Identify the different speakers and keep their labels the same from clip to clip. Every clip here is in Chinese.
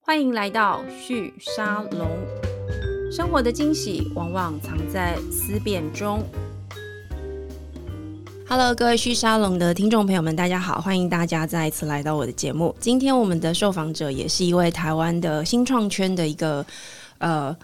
Speaker 1: 欢迎来到旭沙龙。生活的惊喜往往藏在思辨中。Hello，各位旭沙龙的听众朋友们，大家好！欢迎大家再一次来到我的节目。今天我们的受访者也是一位台湾的新创圈的一个呃。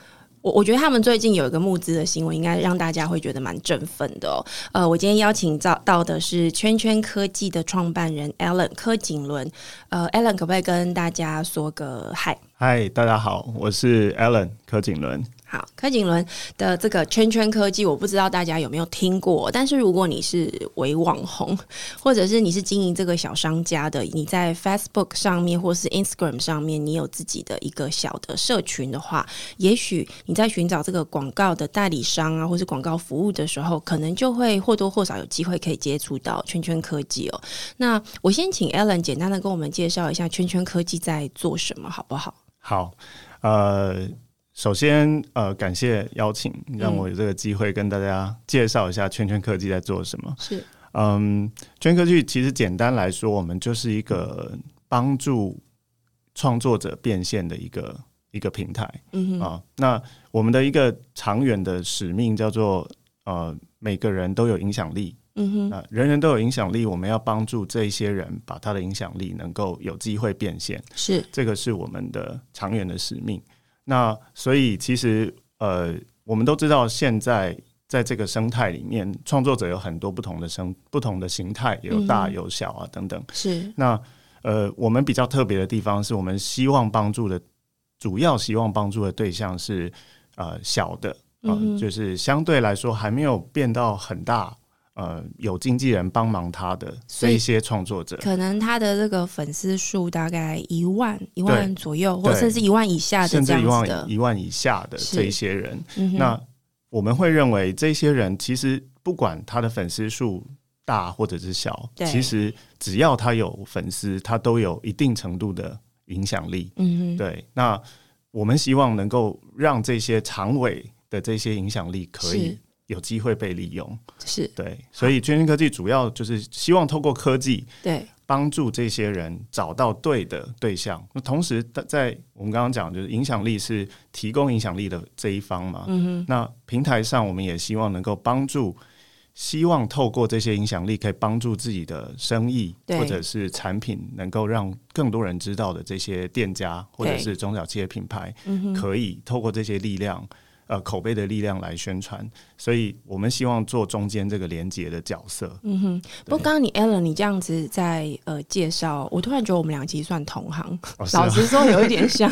Speaker 1: 我我觉得他们最近有一个募资的新闻，应该让大家会觉得蛮振奋的哦。呃，我今天邀请到到的是圈圈科技的创办人 Alan 柯景伦。呃，Alan 可不可以跟大家说个嗨？
Speaker 2: 嗨，大家好，我是 Alan 柯景伦。
Speaker 1: 好，柯景伦的这个圈圈科技，我不知道大家有没有听过，但是如果你是为网红，或者是你是经营这个小商家的，你在 Facebook 上面或是 Instagram 上面，你有自己的一个小的社群的话，也许你在寻找这个广告的代理商啊，或是广告服务的时候，可能就会或多或少有机会可以接触到圈圈科技哦。那我先请 Alan 简单的跟我们介绍一下圈圈科技在做什么，好不好？
Speaker 2: 好，呃，首先呃，感谢邀请，让我有这个机会跟大家介绍一下圈圈科技在做什么。
Speaker 1: 是，
Speaker 2: 嗯，圈科技其实简单来说，我们就是一个帮助创作者变现的一个一个平台。
Speaker 1: 嗯哼，
Speaker 2: 啊。那我们的一个长远的使命叫做呃，每个人都有影响力。
Speaker 1: 嗯哼，
Speaker 2: 那人人都有影响力，我们要帮助这一些人把他的影响力能够有机会变现，
Speaker 1: 是，
Speaker 2: 这个是我们的长远的使命。那所以其实呃，我们都知道现在。在这个生态里面，创作者有很多不同的生、不同的形态，有大
Speaker 1: 嗯
Speaker 2: 有小啊等等。
Speaker 1: 是，
Speaker 2: 那呃，我们比较特别的地方是我们希望帮助的，主要希望帮助的对象是呃小的，呃
Speaker 1: 嗯哼
Speaker 2: 就是相对来说还没有变到很大，呃，有经纪人帮忙他的
Speaker 1: 所
Speaker 2: 这
Speaker 1: 以
Speaker 2: 一些创作者，
Speaker 1: 可能他的这个粉丝数大概一万、一万左右，或
Speaker 2: 对
Speaker 1: 甚至一万以下的
Speaker 2: 甚
Speaker 1: 这样
Speaker 2: 至一
Speaker 1: 子
Speaker 2: 万
Speaker 1: 的。
Speaker 2: 一万以下的
Speaker 1: 是
Speaker 2: 这一些人，
Speaker 1: 嗯哼
Speaker 2: 那我们会认为这些人其实不管他的粉丝数。大或者是小，
Speaker 1: 对
Speaker 2: 其实只要他有粉丝，他都有一定程度的影响力。
Speaker 1: 嗯哼，
Speaker 2: 对，那我们希望能够让这些长尾的这些影响力可以
Speaker 1: 是
Speaker 2: 有机会被利用。
Speaker 1: 是
Speaker 2: 对，所以圈圈科技主要就是希望透过科技
Speaker 1: 对，
Speaker 2: 帮助这些人找到对的对象。那同时，在在我们刚刚讲，就是影响力是提供影响力的这一方嘛。
Speaker 1: 嗯哼，
Speaker 2: 那平台上，我们也希望能够帮助。希望透过这些影响力，可以帮助自己的生意
Speaker 1: 对
Speaker 2: 或者是产品，能够让更多人知道的这些店家或者
Speaker 1: 对
Speaker 2: 是中小企业品牌，
Speaker 1: 嗯哼，
Speaker 2: 可以透过这些力量，呃，口碑的力量来宣传。所以我们希望做中间这个连接的角色。
Speaker 1: 嗯哼。不过刚刚你 Alan，你这样子在呃介绍，我突然觉得我们俩其实算同行。
Speaker 2: 哦
Speaker 1: 老实说，有一点像。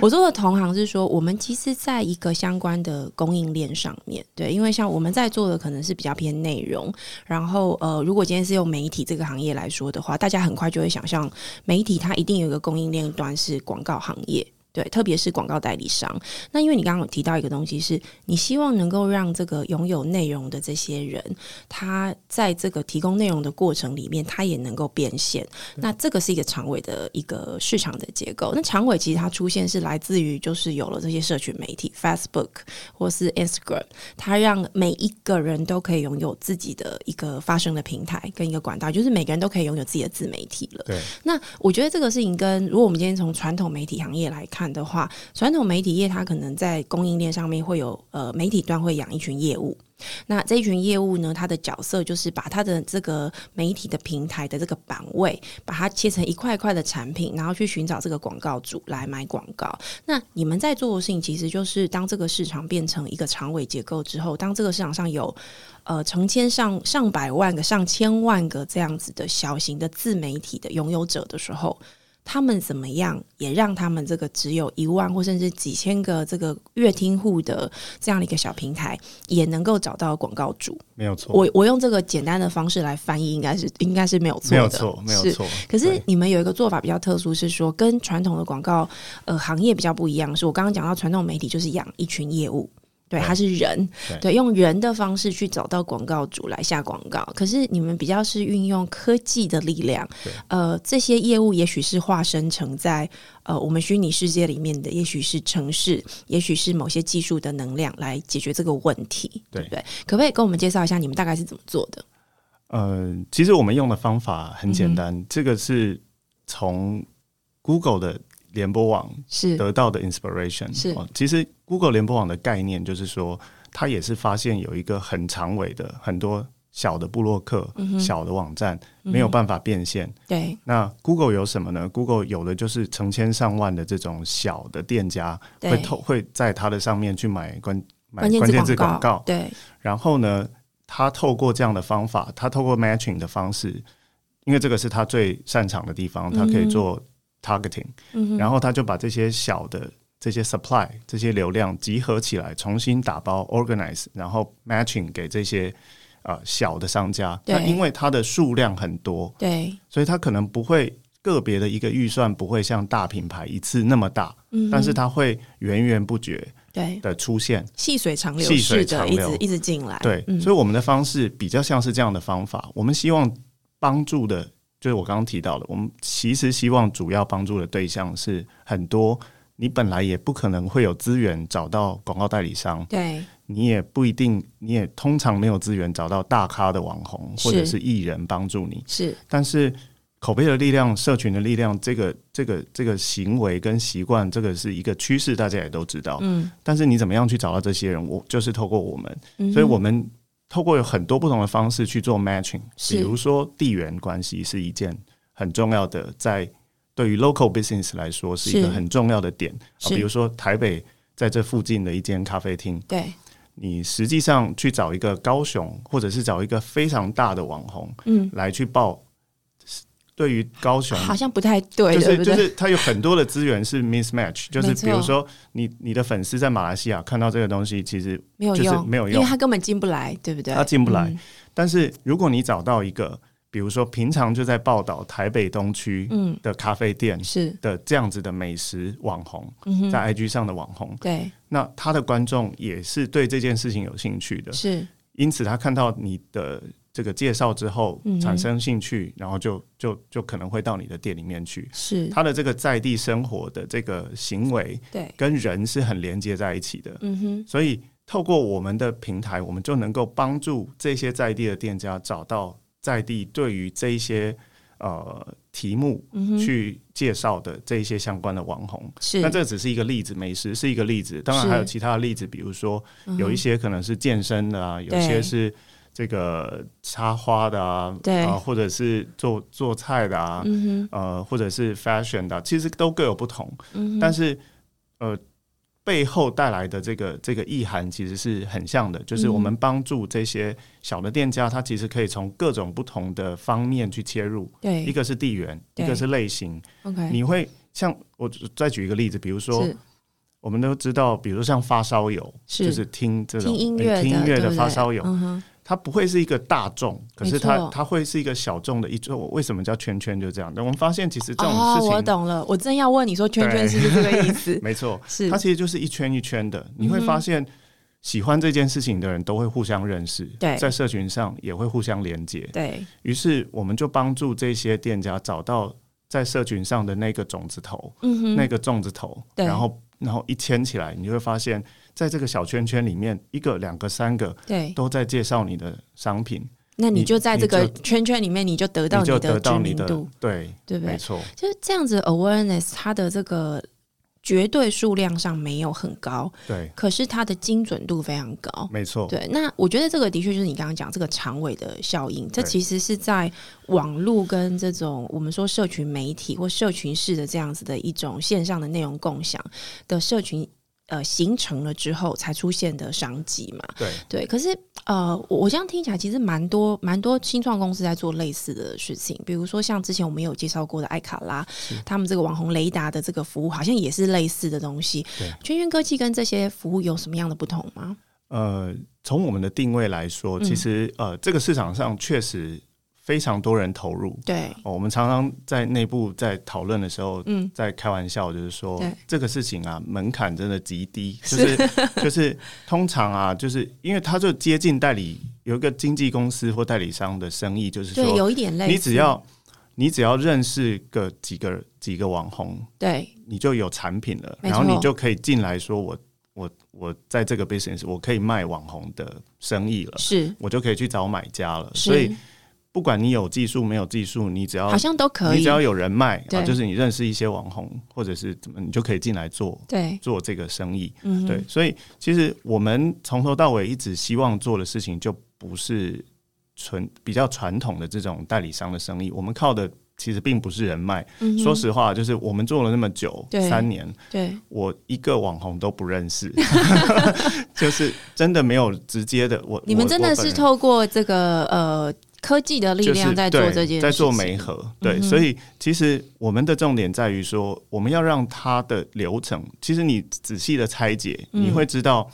Speaker 1: 我说的同行是说，我们其实在一个相关的供应链上面，对，因为像我们在做的可能是比较偏内容，然后呃，如果今天是用媒体这个行业来说的话，大家很快就会想象媒体它一定有一个供应链端是广告行业。对，特别是广告代理商。那因为你刚刚有提到一个东西是，你希望能够让这个拥有内容的这些人，他在这个提供内容的过程里面，他也能够变现。那这个是一个长尾的一个市场的结构。那长尾其实它出现是来自于就是有了这些社群媒体，Facebook 或是 Instagram，它让每一个人都可以拥有自己的一个发声的平台跟一个管道，就是每个人都可以拥有自己的自媒体了。
Speaker 2: 对，
Speaker 1: 那我觉得这个事情跟如果我们今天从传统媒体行业来看的话，传统媒体业它可能在供应链上面会有呃媒体端会养一群业务。那这一群业务呢，它的角色就是把它的这个媒体的平台的这个版位，把它切成一块一块的产品，然后去寻找这个广告主来买广告。那你们在做的事情，其实就是当这个市场变成一个长尾结构之后，当这个市场上有呃成千上上百万个、上千万个这样子的小型的自媒体的拥有者的时候，他们怎么样也让他们这个只有一万或甚至几千个这个乐听户的这样的一个小平台，也能够找到广告主。
Speaker 2: 没有错，
Speaker 1: 我我用这个简单的方式来翻译，应该是应该是没有错的，
Speaker 2: 没有错，没有
Speaker 1: 是
Speaker 2: 错。
Speaker 1: 可是
Speaker 2: 对
Speaker 1: 你们有一个做法比较特殊，是说跟传统的广告呃行业比较不一样，是我刚刚讲到传统媒体就是养一群业务。对，
Speaker 2: 对
Speaker 1: 它是人，
Speaker 2: 对
Speaker 1: 对，用人的方式去找到广告主来下广告。可是你们比较是运用科技的力量
Speaker 2: 对，
Speaker 1: 呃，这些业务也许是化身成在呃我们虚拟世界里面的，也许是城市，也许是某些技术的能量来解决这个问题，对
Speaker 2: 对
Speaker 1: 不对？可不可以跟我们介绍一下你们大概是怎么做的？
Speaker 2: 呃，
Speaker 1: 嗯
Speaker 2: 其实我们用的方法很简单，这个是从 Google 的联播网
Speaker 1: 是
Speaker 2: 得到的 inspiration
Speaker 1: 是
Speaker 2: 哦，其实 Google 联播网的概念就是说，它也是发现有一个很长尾的很多小的部落客、
Speaker 1: 嗯
Speaker 2: 小的网站没有办法变现。
Speaker 1: 对，
Speaker 2: 那 Google 有什么呢？Google 有的就是成千上万的这种小的店家
Speaker 1: 对
Speaker 2: 会透会在它的上面去买关买
Speaker 1: 关键
Speaker 2: 关键字
Speaker 1: 字
Speaker 2: 广
Speaker 1: 告
Speaker 2: 告，，
Speaker 1: 对，
Speaker 2: 然后呢，他透过这样的方法，他透过 matching 的方式，因为这个是他最擅长的地方，他可以做 targeting，、
Speaker 1: 嗯
Speaker 2: 然后他就把这些小的这些 supply 这些流量集合起来，重新打包 organize，然后 matching 给这些呃小的商家。
Speaker 1: 对
Speaker 2: 那因为它的数量很多，
Speaker 1: 对，
Speaker 2: 所以它可能不会个别的一个预算不会像大品牌一次那么大，
Speaker 1: 嗯，
Speaker 2: 但是它会源源不绝
Speaker 1: 对
Speaker 2: 的出现。
Speaker 1: 细水长流
Speaker 2: 细
Speaker 1: 似
Speaker 2: 水
Speaker 1: 的，
Speaker 2: 长
Speaker 1: 一
Speaker 2: 流
Speaker 1: 直一直进来，
Speaker 2: 对，
Speaker 1: 嗯
Speaker 2: 所以我们的方式比较像是这样的方法。我们希望帮助的，就是我刚刚提到的，我们其实希望主要帮助的对象是很多你本来也不可能会有资源找到广告代理商，
Speaker 1: 对
Speaker 2: 你也不一定，你也通常没有资源找到大咖的网红
Speaker 1: 是
Speaker 2: 或者是艺人帮助你。
Speaker 1: 是，
Speaker 2: 但是口碑的力量、社群的力量，这个、这个、这个行为跟习惯，这个是一个趋势，大家也都知道。
Speaker 1: 嗯，
Speaker 2: 但是你怎么样去找到这些人？我就是透过我们。
Speaker 1: 嗯
Speaker 2: 所以
Speaker 1: 哼
Speaker 2: 我们透过有很多不同的方式去做 matching，
Speaker 1: 是
Speaker 2: 比如说地缘关系是一件很重要的，在对于 local business 来说是一个
Speaker 1: 是
Speaker 2: 很重要的点。啊
Speaker 1: 是
Speaker 2: 比如说台北在这附近的一间咖啡厅，
Speaker 1: 对，
Speaker 2: 你实际上去找一个高雄，或者是找一个非常大的网红
Speaker 1: 嗯，
Speaker 2: 来去报，呃对于高雄
Speaker 1: 好像不太对，对
Speaker 2: 就是
Speaker 1: 不
Speaker 2: 就
Speaker 1: 对？
Speaker 2: 是它有很多的资源是 mismatch，就是
Speaker 1: 没错
Speaker 2: 比如说你你的粉丝在马来西亚看到这个东西，其实
Speaker 1: 没有
Speaker 2: 就是
Speaker 1: 用，
Speaker 2: 没有
Speaker 1: 因为
Speaker 2: 用
Speaker 1: 他根本进不来，对不对？
Speaker 2: 他进不来
Speaker 1: 嗯，
Speaker 2: 但是如果你找到一个，比如说平常就在报道台北东区
Speaker 1: 嗯
Speaker 2: 的咖啡店
Speaker 1: 是，
Speaker 2: 的这样子的美食网红，
Speaker 1: 嗯哼，
Speaker 2: 在 IG 上的网红，
Speaker 1: 对，
Speaker 2: 那他的观众也是对这件事情有兴趣的，
Speaker 1: 是，
Speaker 2: 因此他看到你的这个介绍之后
Speaker 1: 嗯哼
Speaker 2: 产生兴趣，然后就就就可能会到你的店里面去。
Speaker 1: 是，
Speaker 2: 他的这个在地生活的这个行为
Speaker 1: 对，
Speaker 2: 跟人是很连接在一起的，
Speaker 1: 嗯哼，
Speaker 2: 所以透过我们的平台，我们就能够帮助这些在地的店家找到在地对于这一些呃题目
Speaker 1: 嗯哼，
Speaker 2: 去介绍的这一些相关的网红。
Speaker 1: 是，嗯
Speaker 2: 那这只是一个例子，美食是一个例子，当然
Speaker 1: 是
Speaker 2: 还有其他的例子，比如说
Speaker 1: 嗯哼
Speaker 2: 有一些可能是健身的啊，有
Speaker 1: 对
Speaker 2: 些是这个插花的啊，
Speaker 1: 对
Speaker 2: 啊或者是做做菜的啊，
Speaker 1: 嗯
Speaker 2: 呃，或者是 fashion 的啊、其实都各有不同。
Speaker 1: 哼，嗯哼，
Speaker 2: 但是呃，背后带来的这个这个意涵其实是很像的，
Speaker 1: 嗯
Speaker 2: 就是我们帮助这些小的店家，他其实可以从各种不同的方面去切入，
Speaker 1: 对，
Speaker 2: 一个是地缘，
Speaker 1: 对
Speaker 2: 一个是类型。
Speaker 1: OK，
Speaker 2: 你会像我再举一个例子，比如说
Speaker 1: 是
Speaker 2: 我们都知道，比如说像发烧友，
Speaker 1: 是
Speaker 2: 就是听这种
Speaker 1: 听音
Speaker 2: 呃
Speaker 1: 乐的，
Speaker 2: 听音乐
Speaker 1: 对
Speaker 2: 的
Speaker 1: 不
Speaker 2: 发
Speaker 1: 对
Speaker 2: 烧友，
Speaker 1: 嗯哼，
Speaker 2: 它不会是一个大众，可
Speaker 1: 没
Speaker 2: 是它
Speaker 1: 错
Speaker 2: 它会是一个小众的一种。为什么叫圈圈？就这样的，我们发现其实这种
Speaker 1: 哦
Speaker 2: 事，情，
Speaker 1: 我懂了，我正要问你说圈圈
Speaker 2: 对？
Speaker 1: 是不是这个意思
Speaker 2: 没错，
Speaker 1: 是
Speaker 2: 它，其实就是一圈一圈的，你会发现喜欢这件事情的人都会互相认识，
Speaker 1: 对
Speaker 2: 在社群上也会互相连接。
Speaker 1: 对，
Speaker 2: 于是我们就帮助这些店家找到在社群上的那个种子头，
Speaker 1: 嗯哼，
Speaker 2: 那个粽子头，
Speaker 1: 对
Speaker 2: 然后然后一牵起来，你就会发现，在这个小圈圈里面，一个、两个、三个
Speaker 1: 对，
Speaker 2: 都在介绍你的商品，
Speaker 1: 那你
Speaker 2: 你
Speaker 1: 就在
Speaker 2: 你
Speaker 1: 这个
Speaker 2: 就
Speaker 1: 圈圈里面，你就得到
Speaker 2: 你就
Speaker 1: 的
Speaker 2: 得
Speaker 1: 知
Speaker 2: 到你
Speaker 1: 名
Speaker 2: 的
Speaker 1: 度，
Speaker 2: 对，
Speaker 1: 对不
Speaker 2: 没
Speaker 1: 对？
Speaker 2: 错，
Speaker 1: 就是这样子，awareness 它的这个绝对数量上没有很高，
Speaker 2: 对，
Speaker 1: 可是它的精准度非常高。
Speaker 2: 没错，
Speaker 1: 对，那我觉得这个的确就是你刚刚讲这个长尾的效应，这
Speaker 2: 对
Speaker 1: 其实是在网络跟这种我们说社群媒体或社群式的这样子的一种线上的内容共享的社群。呃，形成了之后才出现的商机嘛，
Speaker 2: 对，
Speaker 1: 对。可是呃，我我这样听起来，其实蛮多蛮多新创公司在做类似的事情，比如说像之前我们有介绍过的艾卡拉，他们这个网红雷达的这个服务，好像也是类似的东西
Speaker 2: 对。
Speaker 1: 圈圈科技跟这些服务有什么样的不同吗？
Speaker 2: 呃，从我们的定位来说，
Speaker 1: 嗯
Speaker 2: 其实呃，这个市场上确实非常多人投入。
Speaker 1: 对，
Speaker 2: 哦、我们常常在内部在讨论的时候，
Speaker 1: 嗯，
Speaker 2: 在开玩笑，就是说
Speaker 1: 对
Speaker 2: 这个事情啊，门槛真的极低，就是就是通常啊，就是因为它就接近代理有一个经纪公司或代理商的生意，就是
Speaker 1: 对，
Speaker 2: 说
Speaker 1: 有一点类似。
Speaker 2: 你只要你只要认识个几个几个网红，
Speaker 1: 对
Speaker 2: 你就有产品了，
Speaker 1: 没
Speaker 2: 然
Speaker 1: 错
Speaker 2: 后你就可以进来说我我我在这个 business 我可以卖网红的生意了，
Speaker 1: 是，
Speaker 2: 我就可以去找买家了。
Speaker 1: 是
Speaker 2: 所以不管你有技术没有技术，你只要
Speaker 1: 好像都可
Speaker 2: 呃你
Speaker 1: 以
Speaker 2: 只。要有人脉，
Speaker 1: 对
Speaker 2: 啊，就是你认识一些网红或者是怎么，你就可以进来做
Speaker 1: 对，
Speaker 2: 做这个生意。
Speaker 1: 嗯哼，
Speaker 2: 对，所以其实我们从头到尾一直希望做的事情，就不是纯比较传统的这种代理商的生意。我们靠的其实并不是人脉。
Speaker 1: 嗯哼
Speaker 2: 说实话，就是我们做了那么久，
Speaker 1: 对
Speaker 2: 三年，
Speaker 1: 对，
Speaker 2: 我一个网红都不 认识， 就是真的没有直接的。我
Speaker 1: 你们
Speaker 2: 我
Speaker 1: 真的
Speaker 2: 我本
Speaker 1: 是
Speaker 2: 人
Speaker 1: 透过这个呃科技的力量在做
Speaker 2: 就是
Speaker 1: 这件事情，
Speaker 2: 对在做媒合。对，
Speaker 1: 嗯哼
Speaker 2: 所以其实我们的重点在于说，我们要让它的流程，其实你仔细的拆解，
Speaker 1: 嗯
Speaker 2: 你会知道。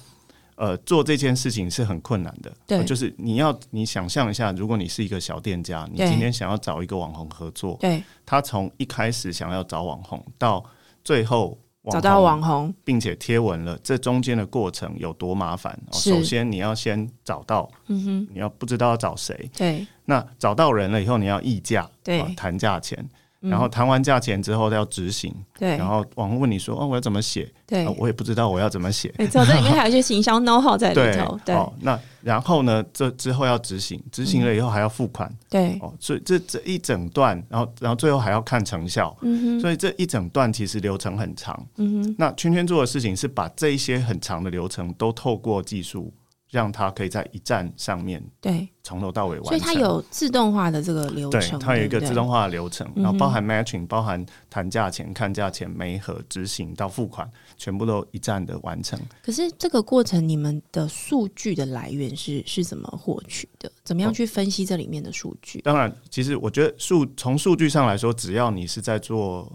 Speaker 2: 呃，做这件事情是很困难的，
Speaker 1: 对
Speaker 2: 呃就是你要你想象一下，如果你是一个小店家，你
Speaker 1: 对
Speaker 2: 今天想要找一个网红合作，
Speaker 1: 对
Speaker 2: 他从一开始想要找网红，到最后网
Speaker 1: 找到
Speaker 2: 红
Speaker 1: 网红，
Speaker 2: 并且贴文了，这中间的过程有多麻烦、哦？
Speaker 1: 是
Speaker 2: 首先你要先找到，
Speaker 1: 嗯哼，
Speaker 2: 你要不知道要找谁，
Speaker 1: 对
Speaker 2: 那找到人了以后，你要议价，
Speaker 1: 对
Speaker 2: 啊谈价钱，
Speaker 1: 嗯
Speaker 2: 然后谈完价钱之后要执行，
Speaker 1: 对
Speaker 2: 然后网红问你说，哦，我要怎么写、
Speaker 1: 对
Speaker 2: 啊，我也不知道我要怎么写，
Speaker 1: 没错，这 里面还有一些行销 know how 在
Speaker 2: 对
Speaker 1: 里头，，对
Speaker 2: 哦，那然后呢，这之后要执行，执行了以后还要付款，
Speaker 1: 对，
Speaker 2: 哦，所以这这一整段，然后然后最后还要看成效，
Speaker 1: 嗯哼，
Speaker 2: 所以这一整段其实流程很长。
Speaker 1: 嗯哼，
Speaker 2: 那圈圈做的事情是把这一些很长的流程都透过技术，让它可以在一站上面
Speaker 1: 对，
Speaker 2: 从头到尾完成。
Speaker 1: 所以它有自动化的这个流
Speaker 2: 对
Speaker 1: 程，，
Speaker 2: 它有一
Speaker 1: 对
Speaker 2: 个
Speaker 1: 不对
Speaker 2: 自动化的流程，然
Speaker 1: 嗯
Speaker 2: 后
Speaker 1: 哼
Speaker 2: 包含 matching，包含谈价钱、看价钱、媒合、执行到付款，全部都一站的完成。
Speaker 1: 可是这个过程，你们的数据的来源是是怎么获取的？怎
Speaker 2: 哦
Speaker 1: 么样去分析这里面的数据？
Speaker 2: 当然，其实我觉得数从数据上来说，只要你是在做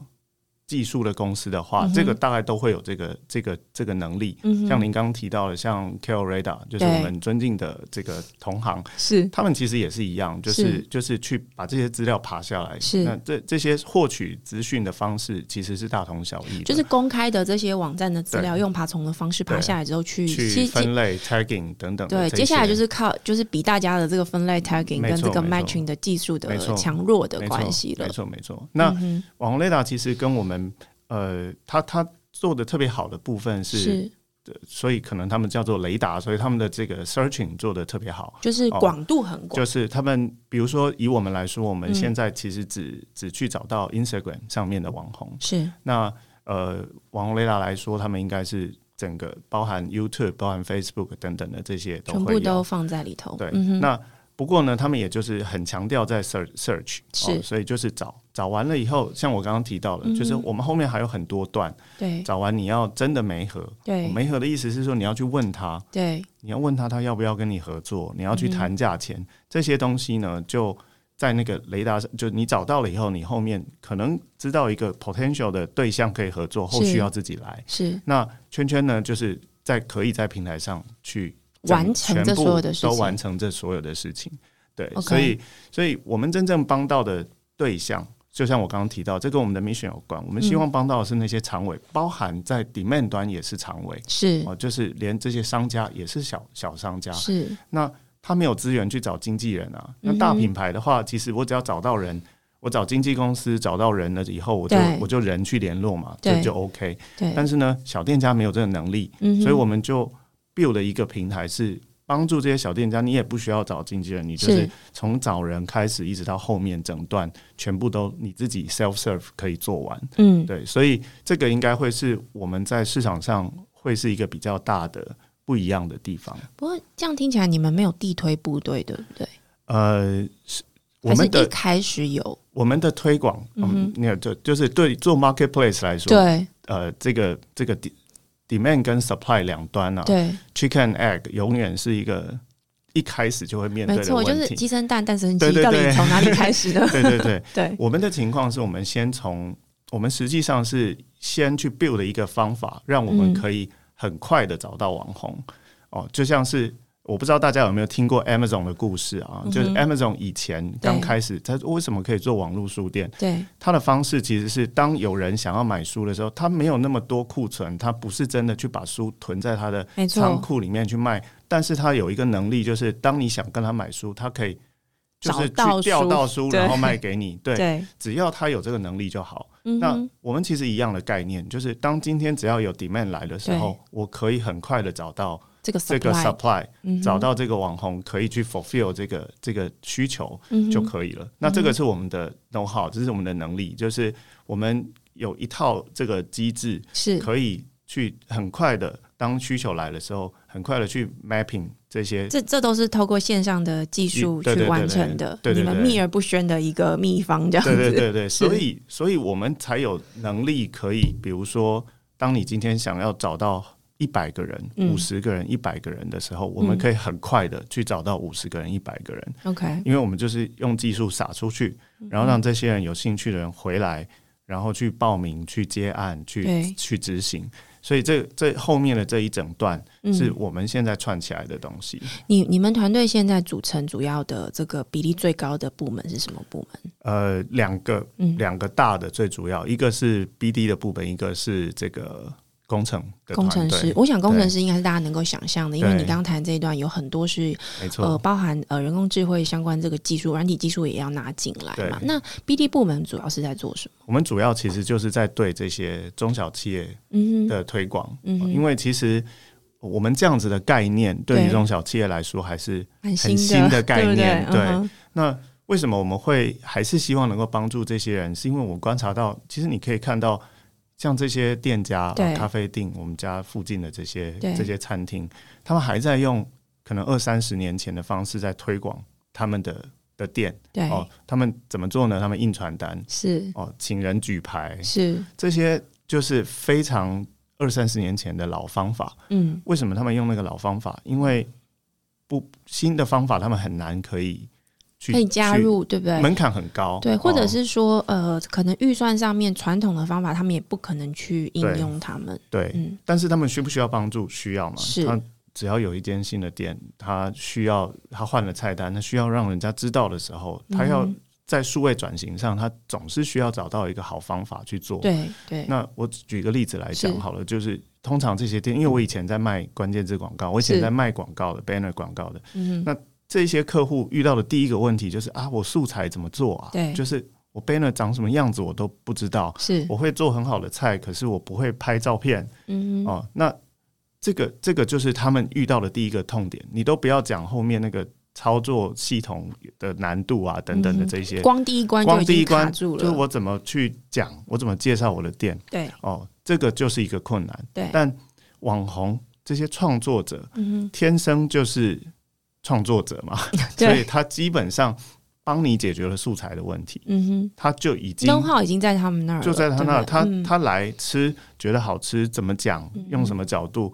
Speaker 2: 技术的公司的话，
Speaker 1: 嗯哼
Speaker 2: 这个大概都会有这个这个这个能力。
Speaker 1: 嗯哼
Speaker 2: 像您刚刚提到的，像 k l r a d a 就是
Speaker 1: 对
Speaker 2: 我们尊敬的这个同行，
Speaker 1: 是
Speaker 2: 他们其实也是一样，就是是就是去把这些资料爬下来。
Speaker 1: 是
Speaker 2: 那这这些获取资讯的方式其实是大同小异的，
Speaker 1: 就是公开的这些网站的资料，用爬虫的方式爬
Speaker 2: 对
Speaker 1: 下来之后去，
Speaker 2: 去
Speaker 1: 其实接
Speaker 2: 分类、tagging 等等的
Speaker 1: 对，
Speaker 2: 这
Speaker 1: 接下来
Speaker 2: 些嗯
Speaker 1: 就是靠就是比大家的这个分类 tagging
Speaker 2: 没
Speaker 1: 跟
Speaker 2: 错
Speaker 1: 这个
Speaker 2: 没错
Speaker 1: matching 的技术的
Speaker 2: 没错
Speaker 1: 强弱的
Speaker 2: 没错
Speaker 1: 关系了
Speaker 2: 没。错，没错。那
Speaker 1: 嗯哼
Speaker 2: 网红雷达其实跟我们呃，他他做的特别好的部分是，
Speaker 1: 是
Speaker 2: 所以可能他们叫做雷达，所以他们的这个 searching 做的特别好。
Speaker 1: 就是
Speaker 2: 哦
Speaker 1: 广度很广，
Speaker 2: 就是他们，比如说以我们来说，我们
Speaker 1: 嗯
Speaker 2: 现在其实只、只去找到 Instagram 上面的网红。
Speaker 1: 是
Speaker 2: 那呃，网红雷达来说，他们应该是整个包含 YouTube、包含 Facebook 等等的这些都
Speaker 1: 全部
Speaker 2: 会有。
Speaker 1: 都放在里头。
Speaker 2: 对，
Speaker 1: 嗯哼
Speaker 2: 那不过呢，他们也就是很强调在 search search，
Speaker 1: 是
Speaker 2: 哦，所以就是找找完了以后，像我刚刚提到的，
Speaker 1: 嗯哼
Speaker 2: 就是我们后面还有很多段，
Speaker 1: 对
Speaker 2: 找完你要真的没合，
Speaker 1: 对
Speaker 2: 没合的意思是说你要去问他，
Speaker 1: 对
Speaker 2: 你要问他他要不要跟你合作，你要去
Speaker 1: 嗯哼
Speaker 2: 谈价钱、这些东西呢，就。在那个雷达上，就你找到了以后，你后面可能知道一个 potential 的对象可以合作，后
Speaker 1: 是
Speaker 2: 续要自己来。
Speaker 1: 是
Speaker 2: 那圈圈呢，就是在可以在平台上去整
Speaker 1: 完成这
Speaker 2: 全部
Speaker 1: 所有的事
Speaker 2: 都
Speaker 1: 情
Speaker 2: 完。成这所有的事情。对
Speaker 1: OK
Speaker 2: 所以所以我们真正帮到的对象，就像我刚刚提到，这跟我们的 mission 有关。我们希望帮到的是那些常委，包含在 demand 端也是常委
Speaker 1: 嗯是
Speaker 2: 哦，就是连这些商家也是小小商家，
Speaker 1: 是
Speaker 2: 那他没有资源去找经纪人啊。那
Speaker 1: 嗯哼
Speaker 2: 大品牌的话，其实我只要找到人。我找经纪公司找到人了以后，我就
Speaker 1: 对
Speaker 2: 我就人去联络嘛，
Speaker 1: 对
Speaker 2: 这就 OK。
Speaker 1: 对，
Speaker 2: 但是呢，小店家没有这个能力，
Speaker 1: 嗯哼
Speaker 2: 所以我们就 build 了一个平台，是帮助这些小店家，你也不需要找经纪人，你就是
Speaker 1: 是
Speaker 2: 从找人开始，一直到后面整段全部都你自己 self serve 可以做完。
Speaker 1: 嗯
Speaker 2: 对，所以这个应该会是我们在市场上会是一个比较大的不一样的地方。
Speaker 1: 不过这样听起来你们没有地推部队，对不对？
Speaker 2: 呃，是我
Speaker 1: 还是
Speaker 2: 们
Speaker 1: 一
Speaker 2: 的
Speaker 1: 开始有
Speaker 2: 我们的推广，
Speaker 1: 嗯
Speaker 2: 嗯，那个就就是对做 marketplace 来说，
Speaker 1: 对
Speaker 2: 呃，这个这个 de- demand 跟 supply 两端啊，
Speaker 1: 对，
Speaker 2: chicken egg 永远是一个一开始就会面对
Speaker 1: 没
Speaker 2: 的
Speaker 1: 错，就
Speaker 2: 问
Speaker 1: 是
Speaker 2: 题。
Speaker 1: 鸡生蛋，蛋生
Speaker 2: 对
Speaker 1: 鸡，
Speaker 2: 对
Speaker 1: 到底
Speaker 2: 对
Speaker 1: 从哪里开始呢？
Speaker 2: 对对对，
Speaker 1: 对
Speaker 2: 我们的情况是我们先从我们实际上是先去 build 的一个方法，让我们
Speaker 1: 嗯
Speaker 2: 可以很快的找到网红。哦，就像是我不知道大家有没有听过 Amazon 的故事啊，就是
Speaker 1: 嗯哼
Speaker 2: Amazon 以前刚开始，它为什么可以做网络书店？
Speaker 1: 对
Speaker 2: 它的方式其实是，当有人想要买书的时候，他没有那么多库存，他不是真的去把书囤在他的
Speaker 1: 没错
Speaker 2: 仓库里面去卖，但是他有一个能力，就是当你想跟他买书，他可以就是
Speaker 1: 找到
Speaker 2: 去调
Speaker 1: 书
Speaker 2: 到书，
Speaker 1: 对
Speaker 2: 然后卖给 你。对，
Speaker 1: 对，
Speaker 2: 只要他有这个能力就好。
Speaker 1: 嗯
Speaker 2: 那
Speaker 1: 哼
Speaker 2: 我们其实一样的概念，就是当今天只要有 demand 来的时候，我可以很快的找到
Speaker 1: 这个
Speaker 2: 这个
Speaker 1: supply，
Speaker 2: supply，
Speaker 1: 嗯哼
Speaker 2: 找到这个网红可以去 fulfill 这个这个需求
Speaker 1: 嗯哼
Speaker 2: 就可以了。那这个是我们的 know how，这是我们的能力，就是我们有一套这个机制，
Speaker 1: 是
Speaker 2: 可以去很快的，当需求来的时候，很快的去 mapping 这些。
Speaker 1: 这这都是透过线上的技术
Speaker 2: 你对
Speaker 1: 去
Speaker 2: 对对
Speaker 1: 完成的，
Speaker 2: 对对对
Speaker 1: 你们秘而不宣的一个秘方这样子。
Speaker 2: 对对对对，
Speaker 1: 是
Speaker 2: 所以所以我们才有能力可以，比如说，当你今天想要找到一百个人、
Speaker 1: 嗯
Speaker 2: 五十、个人、一百个人的时候，我们
Speaker 1: 嗯
Speaker 2: 可以很快的去找到五十个人、一百个人。
Speaker 1: OK，
Speaker 2: 因为我们就是用技术撒出去，
Speaker 1: 嗯
Speaker 2: 然后让这些人有兴趣的人回来，然后去报名、去接案、
Speaker 1: 对
Speaker 2: 去去执行。所以这这后面的这一整段
Speaker 1: 嗯
Speaker 2: 是我们现在串起来的东西。
Speaker 1: 你你们团队现在组成主要的这个比例最高的部门是什么部门？
Speaker 2: 呃，两个
Speaker 1: 嗯
Speaker 2: 两个大的最主要，一个是 BD 的部门，一个是这个工程的
Speaker 1: 工程
Speaker 2: 团队
Speaker 1: 师，，我想工程师应该是大家能够想象的，因为
Speaker 2: 对
Speaker 1: 你刚谈这一段有很多是
Speaker 2: 没错。
Speaker 1: 呃包含呃人工智慧相关这个技术，软体技术也要拿进来嘛。
Speaker 2: 对
Speaker 1: 那 BD 部门主要是在做什么？
Speaker 2: 我们主要其实就是在对这些中小企业
Speaker 1: 嗯哼，
Speaker 2: 的推广，
Speaker 1: 嗯哼
Speaker 2: 哦因为其实我们这样子的概念对于
Speaker 1: 对
Speaker 2: 中小企业来说还是
Speaker 1: 很
Speaker 2: 很新的概
Speaker 1: 对
Speaker 2: 念
Speaker 1: 不对嗯哼
Speaker 2: 那为什么我们会还是希望能够帮助这些人？是因为我观察到，其实你可以看到，像这些店家、啊
Speaker 1: 对
Speaker 2: 咖啡店，我们家附近的这些
Speaker 1: 对
Speaker 2: 这些餐厅，他们还在用可能二三十年前的方式在推广他们的的店
Speaker 1: 对，
Speaker 2: 哦。他们怎么做呢？他们印传单
Speaker 1: 是
Speaker 2: 哦，请人举牌，
Speaker 1: 是，
Speaker 2: 这些就是非常二三十年前的老方法。
Speaker 1: 嗯，
Speaker 2: 为什么他们用那个老方法？因为不新的方法，他们很难可以去
Speaker 1: 可以加
Speaker 2: 去
Speaker 1: 入，对不对？
Speaker 2: 门槛很高，
Speaker 1: 对，或者
Speaker 2: 哦、
Speaker 1: 是说，呃，可能预算上面传统的方法，他们也不可能去应
Speaker 2: 对
Speaker 1: 用他们。
Speaker 2: 对，
Speaker 1: 嗯，
Speaker 2: 但是他们需不需要帮助？需要嘛？
Speaker 1: 是
Speaker 2: 他只要有一间新的店，他需要他换了菜单，他需要让人家知道的时候，他要
Speaker 1: 嗯
Speaker 2: 在数位转型上，他总是需要找到一个好方法去做。
Speaker 1: 对对，
Speaker 2: 那我举个例子来讲
Speaker 1: 是
Speaker 2: 好了，就是通常这些店，因为我以前在卖关键字广告，我以
Speaker 1: 是
Speaker 2: 前在卖广告的 banner 广告的，
Speaker 1: 嗯
Speaker 2: 那这些客户遇到的第一个问题就是啊，我素材怎么做啊？
Speaker 1: 对
Speaker 2: 就是我 banner 长什么样子我都不知道，
Speaker 1: 是，
Speaker 2: 我会做很好的菜，可是我不会拍照片
Speaker 1: 嗯哼，
Speaker 2: 哦。那这个这个就是他们遇到的第一个痛点，你都不要讲后面那个操作系统的难度啊等等的这些，
Speaker 1: 光第一关就
Speaker 2: 光
Speaker 1: 已
Speaker 2: 第一
Speaker 1: 经卡
Speaker 2: 关
Speaker 1: 嗯住
Speaker 2: 就
Speaker 1: 了，
Speaker 2: 是我怎么去讲，我怎么介绍我的店
Speaker 1: 对
Speaker 2: 哦，这个就是一个困难。
Speaker 1: 对，
Speaker 2: 但网红这些创作者
Speaker 1: 嗯
Speaker 2: 天生就是创作者嘛，
Speaker 1: 哼，
Speaker 2: 所以
Speaker 1: 对，
Speaker 2: 他基本上帮你解决了素材的问题，
Speaker 1: 嗯哼
Speaker 2: 他就已经
Speaker 1: ，know how 已经在他们那儿了，
Speaker 2: 就在他
Speaker 1: 对不
Speaker 2: 那儿，
Speaker 1: 对
Speaker 2: 他
Speaker 1: 嗯
Speaker 2: 他来吃，觉得好吃，怎么讲
Speaker 1: 嗯，
Speaker 2: 用什么角度，